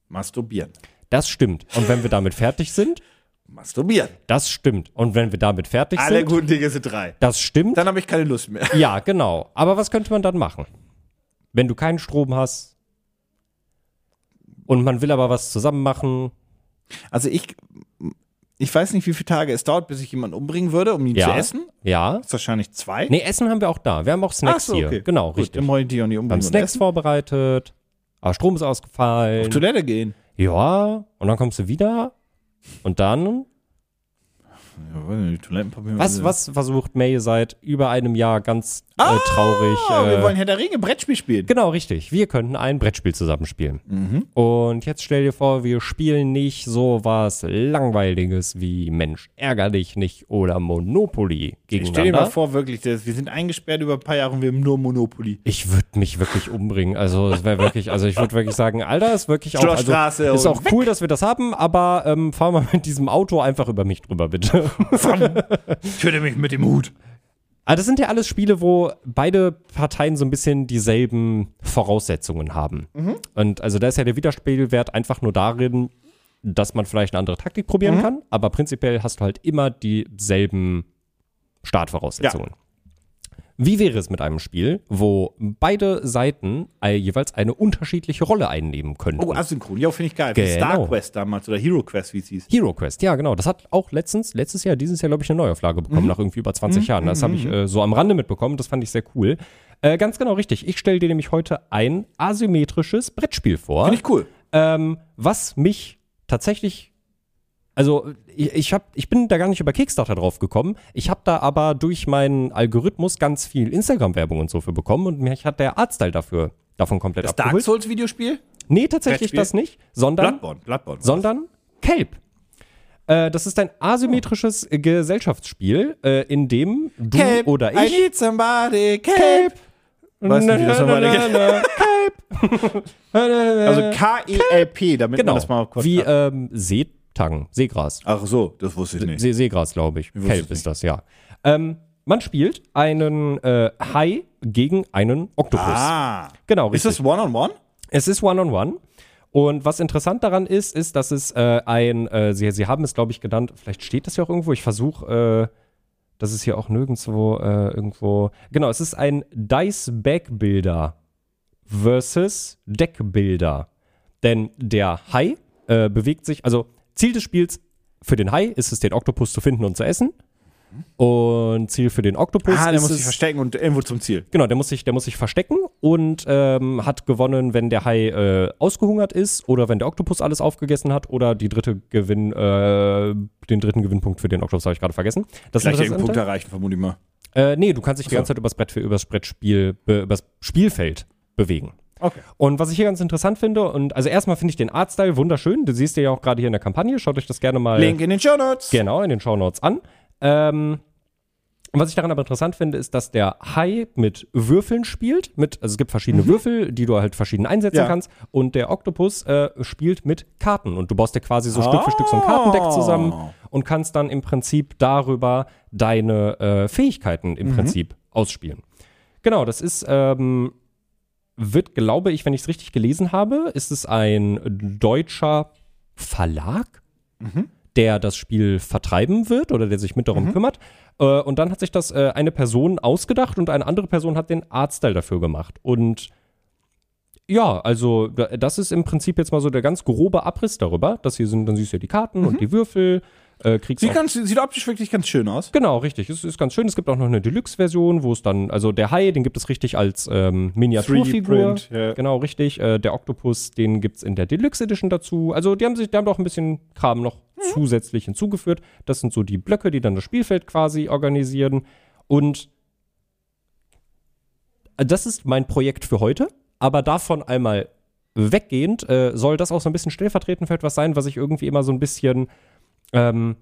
Speaker 1: Masturbieren.
Speaker 2: Das stimmt. Und wenn wir damit fertig sind,
Speaker 1: Masturbieren.
Speaker 2: das stimmt. Und wenn wir damit fertig
Speaker 1: Alle
Speaker 2: sind,
Speaker 1: guten Dinge sind drei.
Speaker 2: das stimmt.
Speaker 1: Dann habe ich keine Lust mehr.
Speaker 2: Ja, genau. Aber was könnte man dann machen? Wenn du keinen Strom hast und man will aber was zusammen machen.
Speaker 1: Also ich, ich weiß nicht, wie viele Tage es dauert, bis ich jemanden umbringen würde, um ihn
Speaker 2: Ja.
Speaker 1: zu essen.
Speaker 2: Ja.
Speaker 1: Das ist wahrscheinlich zwei.
Speaker 2: Nee, Essen haben wir auch da. Wir haben auch Snacks hier. Genau,
Speaker 1: Gut,
Speaker 2: richtig.
Speaker 1: Dann wollen die auch nicht
Speaker 2: Wir haben
Speaker 1: umbringen. und
Speaker 2: Snacks
Speaker 1: essen.
Speaker 2: vorbereitet. Aber Strom ist
Speaker 1: Auf
Speaker 2: ausgefallen.
Speaker 1: Toilette gehen.
Speaker 2: Ja. Und dann kommst du wieder. Und dann.
Speaker 1: Ja, weiß nicht, Toilettenpapier.
Speaker 2: Was, was versucht May seit über einem Jahr ganz äh, traurig?
Speaker 1: Oh, wir
Speaker 2: äh,
Speaker 1: wollen Herr der Ringe Brettspiel spielen.
Speaker 2: Genau, richtig. Wir könnten ein Brettspiel zusammenspielen.
Speaker 1: Mhm.
Speaker 2: Und jetzt stell dir vor, wir spielen nicht so was Langweiliges wie Mensch, ärger dich nicht oder Monopoly
Speaker 1: Ich stell dir mal
Speaker 2: gegeneinander.
Speaker 1: vor, wirklich, das, wir sind eingesperrt über ein paar Jahre und wir haben nur Monopoly.
Speaker 2: Ich würde mich wirklich umbringen. Also es wäre wirklich, also ich würde wirklich sagen, Alter, ist wirklich auch, also,
Speaker 1: Schlossstraße
Speaker 2: ist
Speaker 1: und
Speaker 2: auch cool, dass wir das haben, aber ähm, fahr mal mit diesem Auto einfach über mich drüber, bitte.
Speaker 1: Töte mich mit dem Hut.
Speaker 2: Aber Ah, das sind ja alles Spiele, wo beide Parteien so ein bisschen dieselben Voraussetzungen haben. Und also da ist ja der Widerspiegelwert einfach nur darin, dass man vielleicht eine andere Taktik probieren kann, aber prinzipiell hast du halt immer dieselben Startvoraussetzungen. Wie wäre es mit einem Spiel, wo beide Seiten äh, jeweils eine unterschiedliche Rolle einnehmen könnten?
Speaker 1: Oh, asynchron. Ja, finde ich geil. Wie
Speaker 2: Genau.
Speaker 1: Star Quest damals oder Hero Quest, wie es hieß.
Speaker 2: Hero Quest, ja, genau. Das hat auch letztens, letztes Jahr, dieses Jahr, glaube ich, eine Neuauflage
Speaker 1: Mhm.
Speaker 2: bekommen, nach irgendwie über 20 Jahren. Das habe ich äh, so am Rande mitbekommen. Das fand ich sehr cool. Äh, ganz genau richtig. Ich stelle dir nämlich heute ein asymmetrisches Brettspiel vor,
Speaker 1: Finde ich cool.
Speaker 2: ähm, was mich tatsächlich. Also, ich, ich, hab, ich bin da gar nicht über Kickstarter drauf gekommen. Ich habe da aber durch meinen Algorithmus ganz viel Instagram-Werbung und so für bekommen und mich hat der Artstyle dafür davon komplett
Speaker 1: Das Dark
Speaker 2: abgeholt.
Speaker 1: Souls Videospiel?
Speaker 2: Nee, tatsächlich
Speaker 1: Brettspiel?
Speaker 2: das nicht, sondern
Speaker 1: Bloodborne. Bloodborne.
Speaker 2: sondern Kelp. Äh, das ist ein asymmetrisches äh, Gesellschaftsspiel, äh, in dem du
Speaker 1: Kelp.
Speaker 2: oder
Speaker 1: I
Speaker 2: ich.
Speaker 1: need somebody. Kelp. Weiß
Speaker 2: Weiß
Speaker 1: nicht, wie das nochmal geht. Also K-E-L-P, damit
Speaker 2: Genau.
Speaker 1: man das mal kurz
Speaker 2: Wie ähm, Seetang, Seegras.
Speaker 1: Ach so, das wusste ich nicht.
Speaker 2: See Seegras, glaube ich.
Speaker 1: wusste es
Speaker 2: Kelp
Speaker 1: nicht.
Speaker 2: ist das, ja. Ähm, man spielt einen äh, Hai gegen einen Oktopus.
Speaker 1: Ah.
Speaker 2: Genau,
Speaker 1: Ist
Speaker 2: richtig. Ah,
Speaker 1: das One-on-One?
Speaker 2: Es ist One-on-One. Und was interessant daran ist, ist, dass es äh, ein, äh, sie, sie haben es, glaube ich, genannt, vielleicht steht das ja auch irgendwo, ich versuche, äh, das ist hier auch nirgendwo äh, irgendwo. Genau, es ist ein Dice-Back-Builder versus Deck-Builder. Denn der Hai äh, bewegt sich, also Ziel des Spiels für den Hai ist es, den Oktopus zu finden und zu essen. Und Ziel für den Oktopus
Speaker 1: Ah, der
Speaker 2: ist
Speaker 1: muss
Speaker 2: es,
Speaker 1: sich verstecken und irgendwo zum Ziel.
Speaker 2: Genau, der muss sich, der muss sich verstecken und ähm, hat gewonnen, wenn der Hai äh, ausgehungert ist oder wenn der Oktopus alles aufgegessen hat oder die dritte Gewinn, äh, den dritten Gewinnpunkt für den Oktopus habe ich gerade vergessen. Das
Speaker 1: Vielleicht den
Speaker 2: Interessante-
Speaker 1: Punkt erreichen, vermute ich mal.
Speaker 2: äh, nee, du kannst dich die ganze Zeit übers Brett, übers Brettspiel, be, übers Spielfeld bewegen.
Speaker 1: Okay.
Speaker 2: Und was ich hier ganz interessant finde, und also erstmal finde ich den Artstyle wunderschön. Du siehst den ja auch gerade hier in der Kampagne. Schaut euch das gerne mal
Speaker 1: Link in den Show Notes.
Speaker 2: Genau, in den Shownotes an. Ähm, und was ich daran aber interessant finde, ist, dass der Hai mit Würfeln spielt. Mit, also es gibt verschiedene Würfel, die du halt verschieden einsetzen
Speaker 1: Ja.
Speaker 2: kannst. Und der Oktopus äh, spielt mit Karten. Und du baust dir quasi so Stück für Stück so ein Kartendeck zusammen und kannst dann im Prinzip darüber deine äh, Fähigkeiten im Prinzip ausspielen. Genau, das ist ähm, wird, glaube ich, wenn ich es richtig gelesen habe, ist es ein deutscher Verlag, der das Spiel vertreiben wird oder der sich mit darum kümmert. Äh, und dann hat sich das äh, eine Person ausgedacht und eine andere Person hat den Artstyle dafür gemacht. Und ja, also da- das ist im Prinzip jetzt mal so der ganz grobe Abriss darüber. Das hier sind, dann siehst du ja die Karten und die Würfel. Äh, kriegst
Speaker 1: Sieht,
Speaker 2: auch
Speaker 1: ganz, sieht optisch wirklich ganz schön aus.
Speaker 2: Genau, richtig. Es ist ganz schön. Es gibt auch noch eine Deluxe-Version, wo es dann, also der Hai, den gibt es richtig als ähm, Miniaturfigur.
Speaker 1: 3D-Print, ja.
Speaker 2: Genau, richtig. Äh, der Oktopus, den gibt es in der Deluxe Edition dazu. Also die haben sich, die haben doch ein bisschen Kram noch zusätzlich hinzugeführt. Das sind so die Blöcke, die dann das Spielfeld quasi organisieren. Und äh, das ist mein Projekt für heute, aber davon einmal weggehend äh, soll das auch so ein bisschen stellvertretend für etwas sein, was ich irgendwie immer so ein bisschen ähm,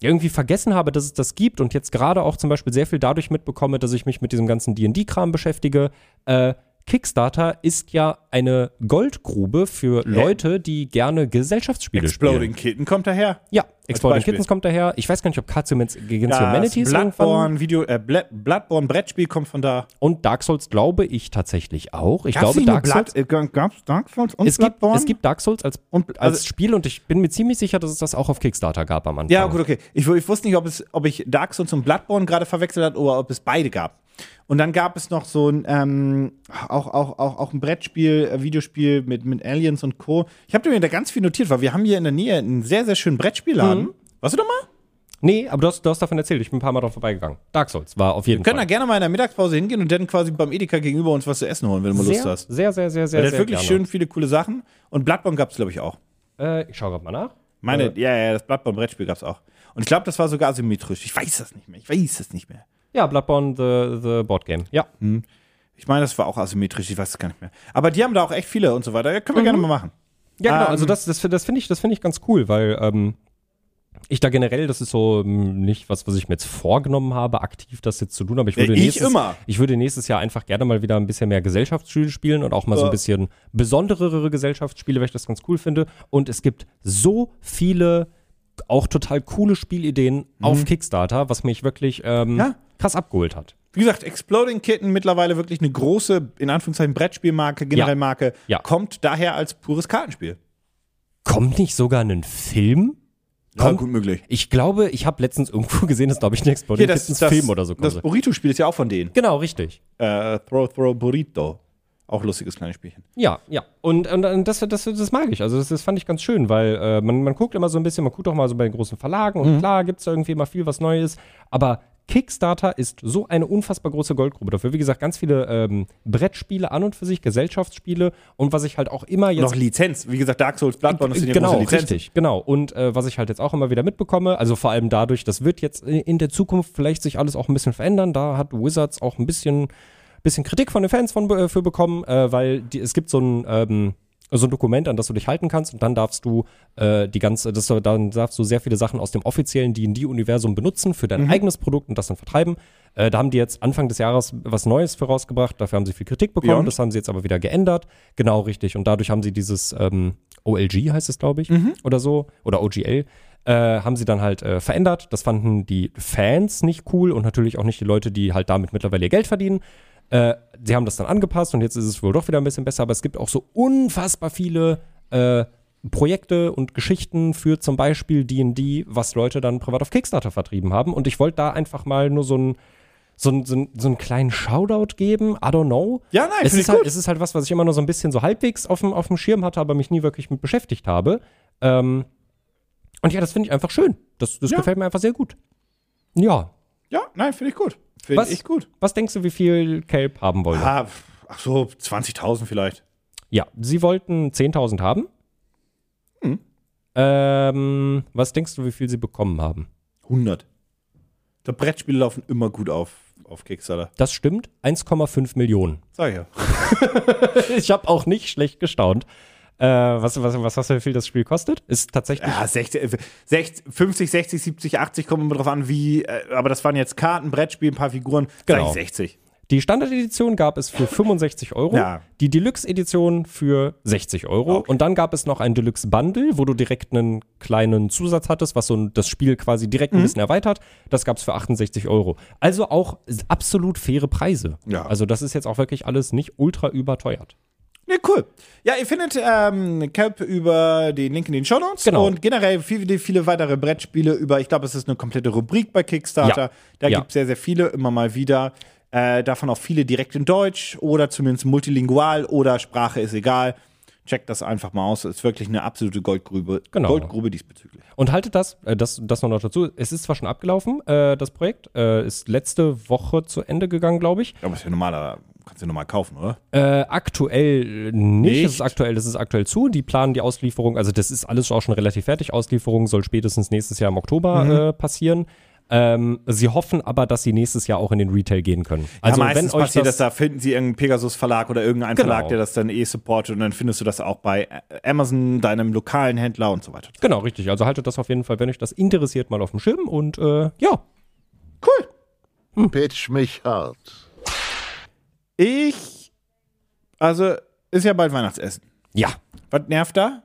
Speaker 2: irgendwie vergessen habe, dass es das gibt und jetzt gerade auch zum Beispiel sehr viel dadurch mitbekomme, dass ich mich mit diesem ganzen D&D-Kram beschäftige. Äh, Kickstarter ist ja eine Goldgrube für Leute, die gerne Gesellschaftsspiele
Speaker 1: Exploding
Speaker 2: spielen.
Speaker 1: Kitten kommt daher.
Speaker 2: Ja, Exploding
Speaker 1: Beispiel.
Speaker 2: Kittens kommt daher. Ich weiß gar nicht, ob Cards Against
Speaker 1: Das
Speaker 2: Humanities irgendwann
Speaker 1: Bloodborne, Video, äh, Bla- Bloodborne Brettspiel kommt von da.
Speaker 2: und Dark Souls glaube ich tatsächlich auch. Ich glaube
Speaker 1: Dark
Speaker 2: Dark Souls
Speaker 1: Blood, äh, gab's Dark Souls und
Speaker 2: es gibt,
Speaker 1: Bloodborne?
Speaker 2: es gibt Dark Souls als,
Speaker 1: Und-
Speaker 2: als
Speaker 1: also-
Speaker 2: Spiel und ich bin mir ziemlich sicher, dass es das auch auf Kickstarter gab am Anfang.
Speaker 1: Ja, gut, okay. Ich, wu- ich wusste nicht, ob, es, ob ich Dark Souls und Bloodborne gerade verwechselt hat oder ob es beide gab. Und dann gab es noch so ein, ähm, auch, auch, auch, auch ein Brettspiel, äh, Videospiel mit, mit Aliens und Co. Ich habe mir da ganz viel notiert, weil wir haben hier in der Nähe einen sehr, sehr schönen Brettspielladen.
Speaker 2: Mhm.
Speaker 1: Warst du da mal?
Speaker 2: Nee, aber du hast, du hast davon erzählt. Ich bin ein paar Mal drauf vorbeigegangen. Dark Souls war auf jeden
Speaker 1: Können da
Speaker 2: Fall.
Speaker 1: gerne mal in der Mittagspause hingehen und dann quasi beim Edeka gegenüber uns was zu essen holen, wenn du mal Lust
Speaker 2: sehr,
Speaker 1: hast.
Speaker 2: sehr, sehr, sehr, sehr,
Speaker 1: Der
Speaker 2: sehr
Speaker 1: hat wirklich
Speaker 2: gerne.
Speaker 1: schön viele coole Sachen. Und Bloodborne gab es, glaube ich, auch.
Speaker 2: Äh, ich schau gerade mal nach.
Speaker 1: Meine, ja, ja, das Bloodborne-Brettspiel gab es auch. Und ich glaube, das war sogar asymmetrisch. Ich weiß das nicht mehr. Ich weiß das nicht mehr.
Speaker 2: Ja, Bloodborne the, the Board Game. Ja,
Speaker 1: Ich meine, das war auch asymmetrisch, ich weiß es gar nicht mehr. Aber die haben da auch echt viele und so weiter. Ja, können wir
Speaker 2: Mhm.
Speaker 1: gerne mal machen.
Speaker 2: ja genau.
Speaker 1: Ähm,
Speaker 2: also das, das, das finde ich, das finde ich ganz cool, weil ähm, ich da generell, das ist so ähm, nicht was, was ich mir jetzt vorgenommen habe, aktiv das jetzt zu tun, aber ich würde
Speaker 1: Äh, ich
Speaker 2: nächstes,
Speaker 1: immer.
Speaker 2: ich würde nächstes Jahr einfach gerne mal wieder ein bisschen mehr Gesellschaftsspiele spielen und auch mal so ein
Speaker 1: Ja.
Speaker 2: bisschen besonderere Gesellschaftsspiele, weil ich das ganz cool finde. Und es gibt so viele auch total coole Spielideen auf Kickstarter, was mich wirklich ähm,
Speaker 1: Mhm. Ja.
Speaker 2: krass abgeholt hat.
Speaker 1: Wie gesagt, Exploding Kitten, mittlerweile wirklich eine große, in Anführungszeichen, Brettspielmarke, generell
Speaker 2: Ja.
Speaker 1: Marke,
Speaker 2: Ja.
Speaker 1: kommt daher als pures Kartenspiel.
Speaker 2: Kommt nicht sogar ein Film? Kommt-
Speaker 1: möglich.
Speaker 2: Ich glaube, ich habe letztens irgendwo gesehen, dass, glaube ich, ein Exploding
Speaker 1: Hier, das,
Speaker 2: Kittens
Speaker 1: das,
Speaker 2: Film oder so kommt.
Speaker 1: das Burrito-Spiel ist ja auch von denen.
Speaker 2: Genau, richtig.
Speaker 1: Äh, Throw, Throw Burrito. Auch lustiges kleines Spielchen.
Speaker 2: Ja, ja. Und, und, und das, das, das mag ich. Also das, das fand ich ganz schön, weil äh, man, man guckt immer so ein bisschen, man guckt auch mal so bei den großen Verlagen und klar gibt's da irgendwie immer viel was Neues, aber Kickstarter ist so eine unfassbar große Goldgrube dafür. Wie gesagt, ganz viele ähm, Brettspiele an und für sich, Gesellschaftsspiele und was ich halt auch immer jetzt
Speaker 1: Noch Lizenz. Wie gesagt, Dark Souls, Bloodborne, das sind ja
Speaker 2: genau,
Speaker 1: große Lizenzen.
Speaker 2: richtig, genau. Und äh, was ich halt jetzt auch immer wieder mitbekomme, also vor allem dadurch, das wird jetzt in in der Zukunft vielleicht sich alles auch ein bisschen verändern. Da hat Wizards auch ein bisschen, bisschen Kritik von den Fans von, äh, für bekommen, äh, weil die, es gibt so ein ähm, so ein Dokument, an das du dich halten kannst und dann darfst du äh, die ganze, das, dann darfst du sehr viele Sachen aus dem offiziellen D&D-Universum benutzen für dein eigenes Produkt und das dann vertreiben. Äh, da haben die jetzt Anfang des Jahres was Neues für rausgebracht, dafür haben sie viel Kritik bekommen,
Speaker 1: Beyond?
Speaker 2: das haben sie jetzt aber wieder geändert. Genau, richtig. Und dadurch haben sie dieses ähm, OLG, heißt es, glaube ich, oder so, oder OGL, äh, haben sie dann halt äh, verändert. Das fanden die Fans nicht cool und natürlich auch nicht die Leute, die halt damit mittlerweile ihr Geld verdienen. Äh, sie haben das dann angepasst und jetzt ist es wohl doch wieder ein bisschen besser, aber es gibt auch so unfassbar viele äh, Projekte und Geschichten für zum Beispiel DD, was Leute dann privat auf Kickstarter vertrieben haben. Und ich wollte da einfach mal nur so ein so, einen- so, einen- so einen kleinen Shoutout geben. I don't know.
Speaker 1: Ja, nein,
Speaker 2: es
Speaker 1: find ich
Speaker 2: ist, halt,
Speaker 1: gut.
Speaker 2: es ist halt was, was ich immer nur so ein bisschen so halbwegs auf dem, auf dem Schirm hatte, aber mich nie wirklich mit beschäftigt habe. Ähm, und ja, das finde ich einfach schön. Das, das
Speaker 1: Ja.
Speaker 2: gefällt mir einfach sehr gut. Ja.
Speaker 1: Ja, nein, finde ich gut. Finde
Speaker 2: Was,
Speaker 1: ich gut.
Speaker 2: was denkst du, wie viel Kelp haben wollte?
Speaker 1: Ah, pf, ach so, 20.000 vielleicht.
Speaker 2: Ja, sie wollten 10.000 haben. Ähm, was denkst du, wie viel sie bekommen haben?
Speaker 1: 100. So Brettspiele laufen immer gut auf, auf Kickstarter.
Speaker 2: Das stimmt, 1,5 Millionen.
Speaker 1: Sag ich ja.
Speaker 2: Ich habe auch nicht schlecht gestaunt. Äh, was, was, was hast du, wie viel das Spiel kostet? Ist tatsächlich.
Speaker 1: Ja, 60, äh, 60, 50, 60, 70, 80 kommt immer drauf an, wie, äh, aber das waren jetzt Karten, Brettspiel, ein paar Figuren.
Speaker 2: Genau.
Speaker 1: Sag ich 60.
Speaker 2: Die Standard-Edition gab es für 65 Euro,
Speaker 1: Ja.
Speaker 2: die Deluxe-Edition für 60 Euro und dann gab es noch ein Deluxe-Bundle, wo du direkt einen kleinen Zusatz hattest, was so ein, das Spiel quasi direkt ein
Speaker 1: Mhm.
Speaker 2: bisschen erweitert. Das gab es für 68 Euro. Also auch absolut faire Preise.
Speaker 1: Ja.
Speaker 2: Also das ist jetzt auch wirklich alles nicht ultra überteuert.
Speaker 1: Ja, cool. Ja, ihr findet ähm, Kelp über den Link in den Show Notes
Speaker 2: Genau.
Speaker 1: und generell viele, viele weitere Brettspiele über, ich glaube, es ist eine komplette Rubrik bei Kickstarter.
Speaker 2: Ja.
Speaker 1: Da
Speaker 2: Ja.
Speaker 1: gibt es sehr, sehr viele, immer mal wieder. Äh, davon auch viele direkt in Deutsch oder zumindest multilingual oder Sprache ist egal. Checkt das einfach mal aus. Ist wirklich eine absolute Goldgrube,
Speaker 2: Genau.
Speaker 1: Goldgrube diesbezüglich.
Speaker 2: Und haltet das, äh, das, das noch dazu, es ist zwar schon abgelaufen, äh, das Projekt, äh, ist letzte Woche zu Ende gegangen, glaube ich.
Speaker 1: Aber ist ja normaler, kannst du ja normal kaufen, oder?
Speaker 2: Äh, aktuell nicht.
Speaker 1: Nicht?
Speaker 2: Das ist aktuell, das ist aktuell zu. Die planen die
Speaker 1: Mhm.
Speaker 2: Auslieferung, also das ist alles auch schon relativ fertig. Auslieferung soll spätestens nächstes Jahr im Oktober äh, passieren. Ähm, sie hoffen aber, dass sie nächstes Jahr auch in den Retail gehen können. Also
Speaker 1: ja, meistens
Speaker 2: wenn euch
Speaker 1: passiert
Speaker 2: das,
Speaker 1: das, da finden sie irgendeinen Pegasus-Verlag oder irgendeinen
Speaker 2: Genau.
Speaker 1: Verlag, der das dann eh supportet und dann findest du das auch bei Amazon, deinem lokalen Händler und so weiter.
Speaker 2: genau richtig. Also haltet das auf jeden Fall, wenn euch das interessiert, mal auf dem Schirm und äh, ja.
Speaker 1: Cool.
Speaker 3: Pitch mich hart.
Speaker 1: Ich, also ist ja bald Weihnachtsessen.
Speaker 2: Ja,
Speaker 1: Was nervt da?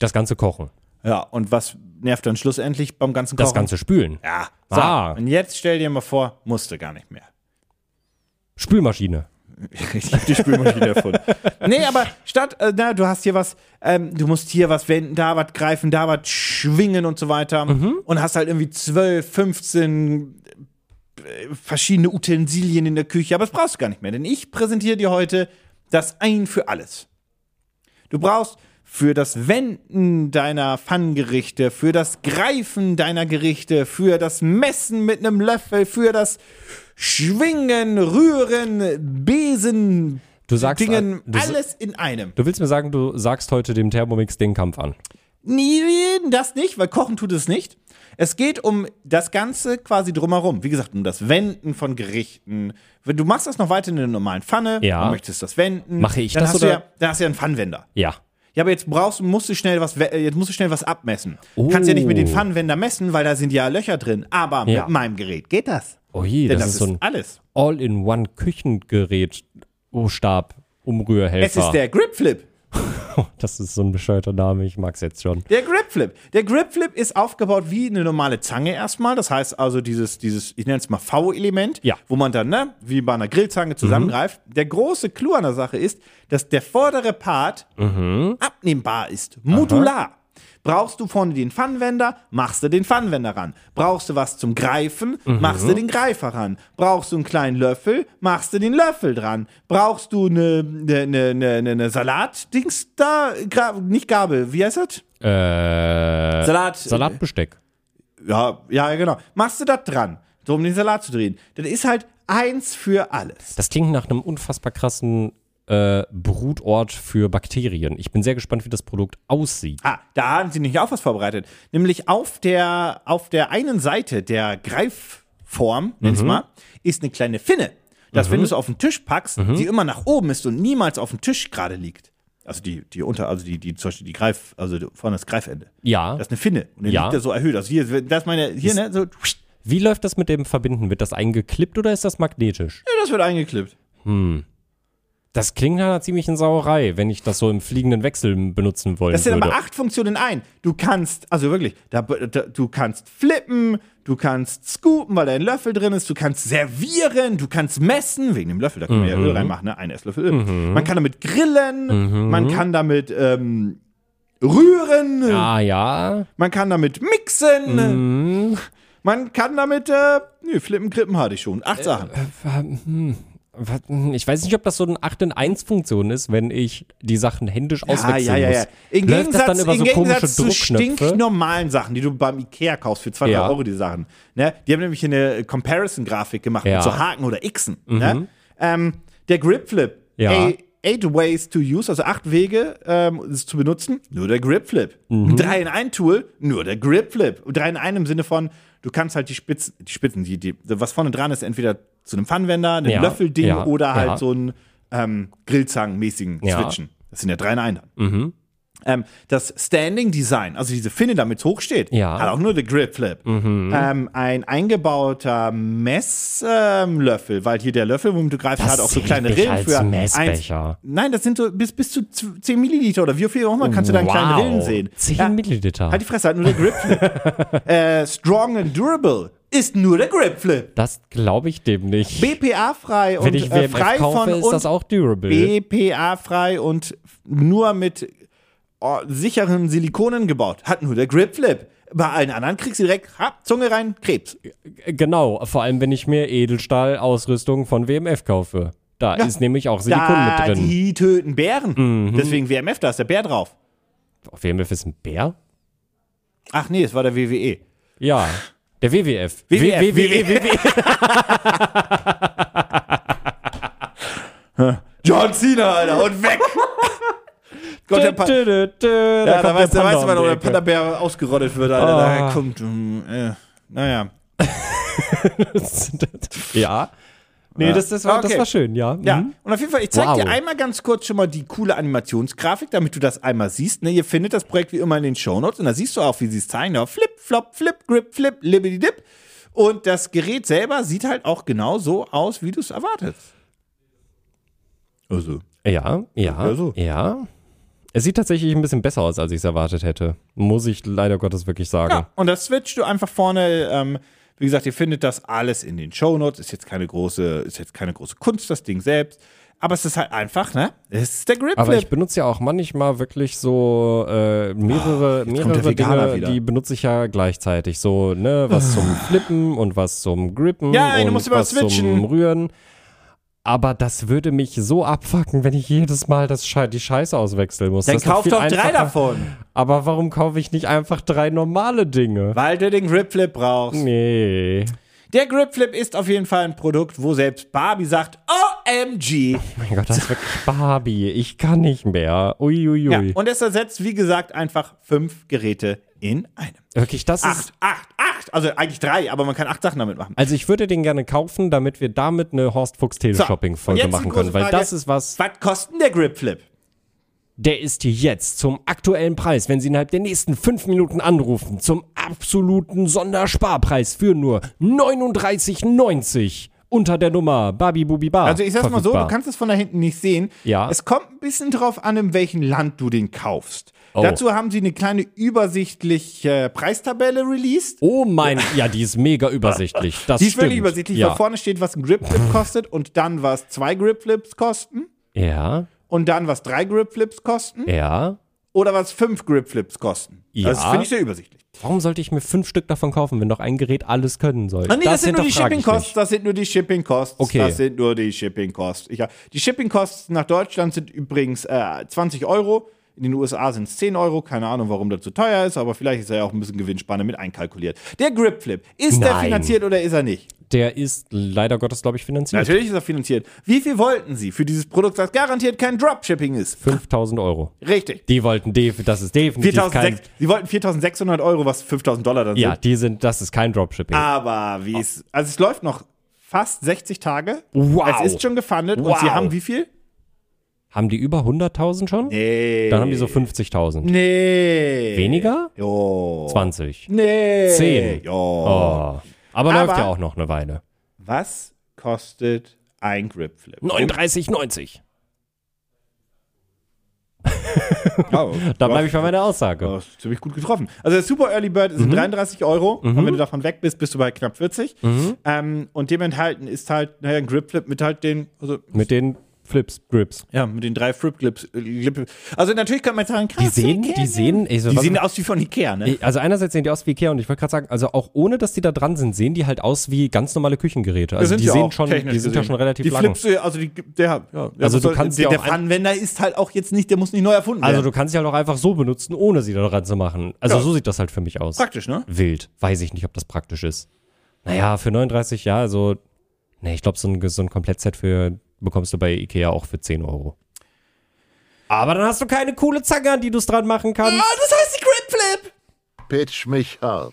Speaker 2: das ganze Kochen,
Speaker 1: Ja, und was nervt dann schlussendlich beim ganzen Kochen?
Speaker 2: das ganze Spülen.
Speaker 1: Ja. So,
Speaker 2: Ah.
Speaker 1: und jetzt stell dir mal vor, musste gar nicht mehr.
Speaker 2: Spülmaschine.
Speaker 1: Ich hab die Spülmaschine erfunden. Nee, aber statt, äh, na, du hast hier was, ähm, du musst hier was wenden, da was greifen, da was schwingen und so weiter. Und hast halt irgendwie 12, 15 äh, verschiedene Utensilien in der Küche, aber das brauchst du gar nicht mehr, denn ich präsentiere dir heute das Ein für alles. Du brauchst für das Wenden deiner Pfannengerichte, für das Greifen deiner Gerichte, für das Messen mit einem Löffel, für das Schwingen, Rühren, Besen,
Speaker 2: Du sagst,
Speaker 1: Dingen,
Speaker 2: äh, du,
Speaker 1: alles in einem.
Speaker 2: du willst mir sagen, du sagst heute dem Thermomix den Kampf an.
Speaker 1: Nee, das nicht, weil Kochen tut es nicht. Es geht um das Ganze quasi drumherum. Wie gesagt, um das Wenden von Gerichten. Wenn Du machst das noch weiter in der normalen Pfanne.
Speaker 2: Ja.
Speaker 1: Du möchtest das wenden.
Speaker 2: Mache ich
Speaker 1: dann
Speaker 2: das
Speaker 1: hast du
Speaker 2: oder-
Speaker 1: Ja, dann hast du ja einen Pfannenwender.
Speaker 2: Ja.
Speaker 1: Ja, aber jetzt brauchst du, musst du schnell was, we- äh, jetzt musst du schnell was abmessen. Kannst ja nicht mit den Pfannenwender messen, weil da sind ja Löcher drin. Aber
Speaker 2: Oh. Ja.
Speaker 1: mit meinem Gerät geht das.
Speaker 2: Oh je,
Speaker 1: Denn
Speaker 2: das, ist so ein
Speaker 1: alles.
Speaker 2: All-in-One-Küchengerät. Oh, Stab.
Speaker 1: Es
Speaker 2: Umrührhelfer.
Speaker 1: ist der Grip Flip.
Speaker 2: das ist so ein bescheuerter Name, ich mag's jetzt schon.
Speaker 1: Der Grip Flip. Der Grip Flip ist aufgebaut wie eine normale Zange erstmal. Das heißt also dieses, dieses ich nenne es mal V-Element,
Speaker 2: Ja.
Speaker 1: wo man dann, ne, wie bei einer Grillzange zusammengreift. Der große Clou an der Sache ist, dass der vordere Part abnehmbar ist. Modular. Brauchst du vorne den Pfannenwender, machst du den Pfannenwender ran. Brauchst du was zum Greifen, machst du den Greifer ran. Brauchst du einen kleinen Löffel, machst du den Löffel dran. Brauchst du ne, eine, eine, eine, eine, eine ne Salat-Dings da, Gra nicht Gabel, wie heißt das?
Speaker 2: Äh,
Speaker 1: Salat.
Speaker 2: Salatbesteck.
Speaker 1: Ja, ja, genau. Machst du das dran, so um den Salat zu drehen. Das ist halt eins für alles.
Speaker 2: Das klingt nach einem unfassbar krassen äh, Brutort für Bakterien. Ich bin sehr gespannt, wie das Produkt aussieht.
Speaker 1: Ah, da haben sie nicht auch was vorbereitet. Nämlich auf der, auf der einen Seite der Greifform, nenn's
Speaker 2: Mhm.
Speaker 1: mal, ist eine kleine Finne. Dass, wenn du es auf den Tisch packst,
Speaker 2: Mhm.
Speaker 1: die immer nach oben ist und niemals auf dem Tisch gerade liegt. Also die, die unter, also die, die, zum Beispiel die Greif, also die- vorne das Greifende.
Speaker 2: Ja.
Speaker 1: Das ist eine Finne. Und dann
Speaker 2: Ja.
Speaker 1: liegt er so erhöht. Also hier, das meine, hier, ne, so, ja,
Speaker 2: Wie läuft das mit dem Verbinden? Wird das eingeklippt oder ist das magnetisch?
Speaker 1: das wird eingeklippt.
Speaker 2: Das klingt nach einer ziemlichen Sauerei, wenn ich das so im fliegenden Wechsel benutzen wollen
Speaker 1: Das sind
Speaker 2: würde.
Speaker 1: aber acht Funktionen in ein. Du kannst, also wirklich, da, da, du kannst flippen, du kannst scoopen, weil da ein Löffel drin ist, du kannst servieren, du kannst messen, wegen dem Löffel, da können wir
Speaker 2: Mhm.
Speaker 1: ja Öl reinmachen, ne? ein Esslöffel Öl. Man kann damit grillen, man kann damit ähm, rühren,
Speaker 2: ah ja.
Speaker 1: man kann damit mixen,
Speaker 2: Mhm.
Speaker 1: man kann damit, äh, nee, flippen, grippen hatte ich schon, acht Sachen.
Speaker 2: Was- hm, Ich weiß nicht, ob das so eine 8 in 1 Funktion ist, wenn ich die Sachen händisch auswechseln muss.
Speaker 1: Im
Speaker 2: Läuft
Speaker 1: Gegensatz,
Speaker 2: das dann über
Speaker 1: im
Speaker 2: so komische
Speaker 1: Gegensatz zu
Speaker 2: Druckknöpfe?
Speaker 1: stinknormalen Sachen, die du beim Ikea kaufst für 200
Speaker 2: Ja.
Speaker 1: Euro, die Sachen. Ne? Die haben nämlich hier eine Comparison-Grafik gemacht
Speaker 2: Ja. Mhm.
Speaker 1: mit so Haken oder Xen. Ne? Ähm, der Grip Flip.
Speaker 2: Ja.
Speaker 1: Ey, Eight ways to use, also acht Wege, ähm, es zu benutzen, nur der Grip Flip.
Speaker 2: Mhm.
Speaker 1: Ein Drei in ein Tool, nur der Grip Flip. Drei in einem im Sinne von, du kannst halt die Spitzen, die Spitzen, die, die, was vorne dran ist, entweder zu einem Pfannenwender, einem
Speaker 2: Ja.
Speaker 1: Löffelding
Speaker 2: Ja.
Speaker 1: oder halt
Speaker 2: Ja.
Speaker 1: so einen ähm, Grillzangenmäßigen
Speaker 2: Ja. Mhm.
Speaker 1: Switchen. Das sind ja drei in einem. Ähm, das Standing Design, also diese Finne, damit es hochsteht,
Speaker 2: Ja. Mhm.
Speaker 1: hat auch nur den Grip Flip. Ähm, ein eingebauter Messlöffel, ähm, Löffel, weil hier der Löffel, womit du greifst,
Speaker 2: Das
Speaker 1: hat auch so
Speaker 2: sehe
Speaker 1: kleine
Speaker 2: ich
Speaker 1: Rillen
Speaker 2: als
Speaker 1: für.
Speaker 2: Messbecher.
Speaker 1: nein, das sind so bis, bis zu z- 10 Milliliter oder wie viel auch immer, kannst du da in kleinen Rillen sehen.
Speaker 2: 10
Speaker 1: Ja,
Speaker 2: Milliliter.
Speaker 1: Halt die Fresse, halt nur der Grip Flip. äh, strong and durable ist nur der Grip Flip.
Speaker 2: das glaube ich dem nicht.
Speaker 1: BPA-frei und
Speaker 2: wenn ich
Speaker 1: äh,
Speaker 2: WMF
Speaker 1: frei
Speaker 2: kaufe,
Speaker 1: von
Speaker 2: ist das
Speaker 1: und
Speaker 2: auch durable.
Speaker 1: BPA-frei und nur mit oh, sicheren Silikonen gebaut. Hat nur der Grip Flip. Bei allen anderen kriegst du direkt ha, Zunge rein, Krebs.
Speaker 2: genau, vor allem wenn ich mir Edelstahlausrüstung von WMF kaufe. Da ist nämlich auch Silikon
Speaker 1: Da,
Speaker 2: mit drin. Mhm.
Speaker 1: die töten Bären. Deswegen WMF, da ist der Bär drauf.
Speaker 2: WMF ist ein Bär?
Speaker 1: Ach nee, es war der E. WWE.
Speaker 2: Ja. Der WWF.
Speaker 1: WWF.
Speaker 2: W- W- W- W-
Speaker 1: John Cena, Alter, und weg! Gott, der pa
Speaker 2: Da kommt der
Speaker 1: ja, da
Speaker 2: Panda
Speaker 1: weißt du, weißt du,
Speaker 2: um
Speaker 1: wann
Speaker 2: die
Speaker 1: der
Speaker 2: Ecke. Ah.
Speaker 1: Panda-Bär ausgerottet wird, Alter. Da kommt, mm, äh, hm, naja.
Speaker 2: ja. Nee, das, das, war, das
Speaker 1: Okay.
Speaker 2: war schön, ja. Mhm.
Speaker 1: Ja, und auf jeden Fall, ich zeige
Speaker 2: Wow.
Speaker 1: dir einmal ganz kurz schon mal die coole Animationsgrafik, damit du das einmal siehst. Ne, ihr findet das Projekt wie immer in den Shownotes und da siehst du auch, wie sie es zeigen. Da flip, flop, flip, grip, flip, libbidi dip. Und das Gerät selber sieht halt auch genau so aus, wie du es erwartest. Also.
Speaker 2: Ja, ja,
Speaker 1: Also.
Speaker 2: ja. Es sieht tatsächlich ein bisschen besser aus, als ich es erwartet hätte. Muss ich leider Gottes wirklich sagen.
Speaker 1: Ja, und das switchst du einfach vorne. Ähm, wie gesagt, ihr findet das alles in den Shownotes. Ist jetzt keine große, ist jetzt keine große Kunst, das Ding selbst. Aber es ist halt einfach, ne? Es ist der Grip
Speaker 2: Aber ich
Speaker 1: Flip.
Speaker 2: benutze ja auch manchmal wirklich so äh, mehrere,
Speaker 1: Ah, kommt der
Speaker 2: mehrere
Speaker 1: Veganer
Speaker 2: Dinge,
Speaker 1: wieder. Ah.
Speaker 2: die benutze ich ja gleichzeitig. So, ne, was zum Flippen und was zum Grippen
Speaker 1: Ja, du
Speaker 2: und
Speaker 1: musst immer
Speaker 2: was
Speaker 1: switchen.
Speaker 2: zum Rühren. Aber das würde mich so abfacken, wenn ich jedes Mal das Schei- die Scheiße auswechseln muss.
Speaker 1: Dann
Speaker 2: Das ist
Speaker 1: kauf
Speaker 2: viel
Speaker 1: doch drei
Speaker 2: einfacher.
Speaker 1: davon,
Speaker 2: Aber warum kaufe ich nicht einfach drei normale Dinge?
Speaker 1: weil du den Grip Flip brauchst.
Speaker 2: Nee.
Speaker 1: Der Grip Flip ist auf jeden Fall ein Produkt, wo selbst Barbie sagt, OMG.
Speaker 2: Mein Gott, das ist wirklich Barbie. Ich kann nicht mehr. Uiuiui.
Speaker 1: Ja, und es ersetzt, wie gesagt, einfach fünf Geräte in einem.
Speaker 2: wirklich, das ist
Speaker 1: Acht, acht, acht. Also eigentlich drei, aber man kann acht Sachen damit machen.
Speaker 2: Also ich würde den gerne kaufen, damit wir damit eine Horst Fuchs
Speaker 1: So,
Speaker 2: Teleshopping-Folge
Speaker 1: und jetzt die
Speaker 2: machen können,
Speaker 1: große
Speaker 2: weil
Speaker 1: Frage.
Speaker 2: das ist was,
Speaker 1: Was kostet denn der Grip Flip?
Speaker 2: der ist hier jetzt zum aktuellen Preis, wenn Sie innerhalb der nächsten fünf Minuten anrufen, zum absoluten Sondersparpreis für nur 39,90 unter der Nummer Babi Bubi Bar.
Speaker 1: Also ich sag's mal so,
Speaker 2: verfügbar.
Speaker 1: du kannst es von da hinten nicht sehen.
Speaker 2: Ja.
Speaker 1: Es kommt ein bisschen drauf an, in welchem Land du den kaufst.
Speaker 2: Oh.
Speaker 1: Dazu haben sie eine kleine übersichtliche äh, Preistabelle released.
Speaker 2: Oh mein, ja, die ist mega übersichtlich. Das
Speaker 1: Die ist
Speaker 2: stimmt.
Speaker 1: völlig übersichtlich,
Speaker 2: ja.
Speaker 1: weil vorne steht, was ein Grip Flip kostet und dann was zwei Grip Flips kosten
Speaker 2: Ja,
Speaker 1: und dann was drei Grip Flips kosten
Speaker 2: ja.
Speaker 1: oder was fünf Grip Flips kosten.
Speaker 2: Ja.
Speaker 1: Das finde ich sehr übersichtlich.
Speaker 2: Warum sollte ich mir fünf Stück davon kaufen, wenn doch ein Gerät alles können soll?
Speaker 1: Ah, nee, das, sind nur die
Speaker 2: hinterfrage ich
Speaker 1: Shipping-Costs,
Speaker 2: mich.
Speaker 1: das sind nur die Shipping-Costs,
Speaker 2: Okay.
Speaker 1: das sind nur die Shipping-Costs. Ich hab- Die Shipping-Costs nach Deutschland sind übrigens äh, 20 Euro, in den USA sind es 10 Euro, keine Ahnung, warum das so teuer ist, aber vielleicht ist da ja auch ein bisschen Gewinnspanne mit einkalkuliert. Der Grip-Flip, ist der
Speaker 2: Nein.
Speaker 1: finanziert oder ist er nicht?
Speaker 2: Der ist leider Gottes, glaube ich, finanziert.
Speaker 1: Natürlich ist er finanziert. Wie viel wollten Sie für dieses Produkt, das garantiert kein Dropshipping ist?
Speaker 2: 5000 Euro.
Speaker 1: Richtig.
Speaker 2: Die wollten, def das ist definitiv kein.
Speaker 1: 4600 Sie wollten 4600 Euro, was 5000 Dollar dann
Speaker 2: Ja,
Speaker 1: sind.
Speaker 2: die sind, das ist kein Dropshipping.
Speaker 1: Ah. Aber wie es. Also es läuft noch fast 60 Tage.
Speaker 2: Wow.
Speaker 1: Es ist schon gefundet und
Speaker 2: Wow.
Speaker 1: sie haben wie viel?
Speaker 2: Haben die über 100.000 schon?
Speaker 1: Nee.
Speaker 2: Dann haben die so 50.000.
Speaker 1: Nee.
Speaker 2: Weniger?
Speaker 1: Jo.
Speaker 2: 20.
Speaker 1: Nee.
Speaker 2: Zehn.
Speaker 1: Jo.
Speaker 2: Oh. Aber läuft
Speaker 1: Aber-
Speaker 2: ja auch noch eine Weile.
Speaker 1: Was kostet ein Gripflip?
Speaker 2: 39,90.
Speaker 1: Oh,
Speaker 2: Da bleibe ich bei meiner Aussage.
Speaker 1: Oh, ist ziemlich gut getroffen. Also der Super Early Bird
Speaker 2: Mhm.
Speaker 1: sind 33 Euro. Und wenn du davon weg bist, bist du bei knapp 40.
Speaker 2: Mhm.
Speaker 1: Ähm, und dem enthalten ist halt, naja, ein Gripflip mit halt den, also
Speaker 2: Mit den Flips, Grips.
Speaker 1: ja, mit den drei Flip Clips. äh, Lip- Also natürlich kann man jetzt sagen, krass,
Speaker 2: Die sehen,
Speaker 1: Ikea,
Speaker 2: die
Speaker 1: ne?
Speaker 2: sehen, ey, so
Speaker 1: Die
Speaker 2: was-
Speaker 1: sehen aus wie von Ikea, ne?
Speaker 2: ey, also einerseits sehen die aus wie Ikea und ich wollte gerade sagen, also auch ohne, dass die da dran sind, sehen die halt aus wie ganz normale Küchengeräte. Also die
Speaker 1: ja
Speaker 2: sehen
Speaker 1: auch,
Speaker 2: schon,
Speaker 1: technisch
Speaker 2: die sind ja
Speaker 1: gesehen.
Speaker 2: schon relativ
Speaker 1: die
Speaker 2: lang.
Speaker 1: Flips, äh, also die, der, ja, ja,
Speaker 2: Also du
Speaker 1: soll-
Speaker 2: kannst
Speaker 1: der,
Speaker 2: ja
Speaker 1: der
Speaker 2: auch ein-
Speaker 1: Anwender ist halt auch jetzt nicht, der muss nicht neu erfunden
Speaker 2: Also
Speaker 1: werden.
Speaker 2: du kannst sie halt auch einfach so benutzen, ohne sie da dran zu machen. Also
Speaker 1: Ja.
Speaker 2: so sieht das halt für mich aus.
Speaker 1: Praktisch, ne?
Speaker 2: wild. Weiß ich nicht, ob das praktisch ist. Naja, für 39, ja, also, ne, ich glaube, so ein, so ein Komplettset für bekommst du bei Ikea auch für 10 Euro. Aber dann hast du keine coole Zange, an die du es dran machen kannst.
Speaker 1: Ah, das heißt die Gripflip!
Speaker 3: Pitch mich hart.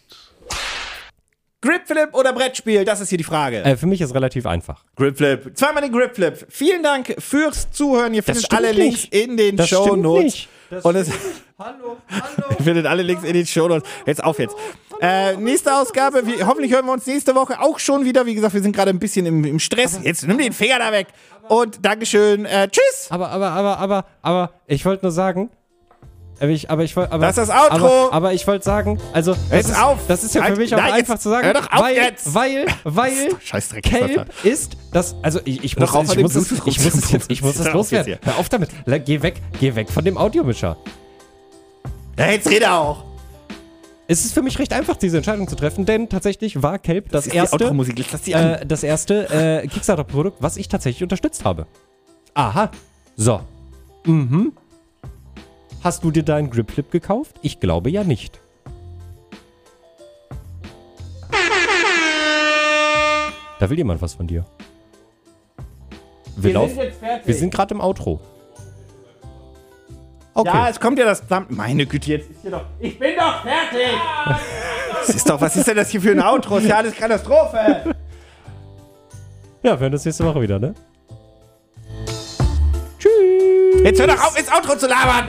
Speaker 1: Gripflip oder Brettspiel, das ist hier die Frage.
Speaker 2: Äh, für mich ist relativ einfach.
Speaker 1: Gripflip. Zweimal den Gripflip. Vielen Dank fürs Zuhören. Ihr findet
Speaker 2: stimmt
Speaker 1: alle Links
Speaker 2: nicht.
Speaker 1: in den
Speaker 2: Das
Speaker 1: Show
Speaker 2: stimmt
Speaker 1: Notes.
Speaker 2: nicht.
Speaker 1: Und es Ihr findet alle Links in den Show Notes. Jetzt auf jetzt. Äh, nächste Ausgabe. Wir, hoffentlich hören wir uns nächste Woche auch schon wieder. Wie gesagt, wir sind gerade ein bisschen im, im Stress. jetzt nimm den Finger da weg. Und Dankeschön. Äh, tschüss.
Speaker 2: Aber, aber, aber, aber, aber, ich wollte nur sagen. Aber ich, aber ich wollte.
Speaker 1: Das ist das Outro.
Speaker 2: Aber, aber ich wollte sagen, also. Das
Speaker 1: Jetzt
Speaker 2: ist,
Speaker 1: auf.
Speaker 2: Das ist ja für
Speaker 1: Halt,
Speaker 2: mich auch
Speaker 1: nein,
Speaker 2: einfach
Speaker 1: jetzt
Speaker 2: zu sagen.
Speaker 1: hör doch auf
Speaker 2: weil,
Speaker 1: jetzt.
Speaker 2: Weil, weil.
Speaker 1: Scheißdreck,
Speaker 2: Kelb
Speaker 1: Vater.
Speaker 2: ist das. Also, ich, ich muss,
Speaker 1: doch auf,
Speaker 2: ich
Speaker 1: an dem
Speaker 2: muss, es,
Speaker 1: Bluetooth
Speaker 2: ich muss es jetzt. Ich muss
Speaker 1: rumzufuchsen.
Speaker 2: es
Speaker 1: Hör auf jetzt
Speaker 2: loswerden. Hör auf damit. Le- Geh weg. Geh weg von dem Audiomischer.
Speaker 1: Ja, jetzt rede auch.
Speaker 2: Es ist für mich recht einfach, diese Entscheidung zu treffen, denn tatsächlich war Kelp das,
Speaker 1: ist die
Speaker 2: erste.
Speaker 1: Outro-Musik. Jetzt lass die an.
Speaker 2: äh, das erste äh, Kickstarter-Produkt, was ich tatsächlich unterstützt habe. Aha. So. Mhm. Hast du dir deinen Gripflip gekauft? Ich glaube ja nicht. Da will jemand was von dir. Wir, laufen. wir sind gerade im Outro. Okay.
Speaker 1: Ja, es kommt ja das. Meine Güte, jetzt ist hier doch. Ich bin doch fertig! Das ist doch, was ist denn das hier für ein Outro? Ist ja alles Katastrophe.
Speaker 2: Ja, wir hören uns nächste Woche wieder, ne?
Speaker 1: Jetzt hör doch auf, ins Outro zu labern.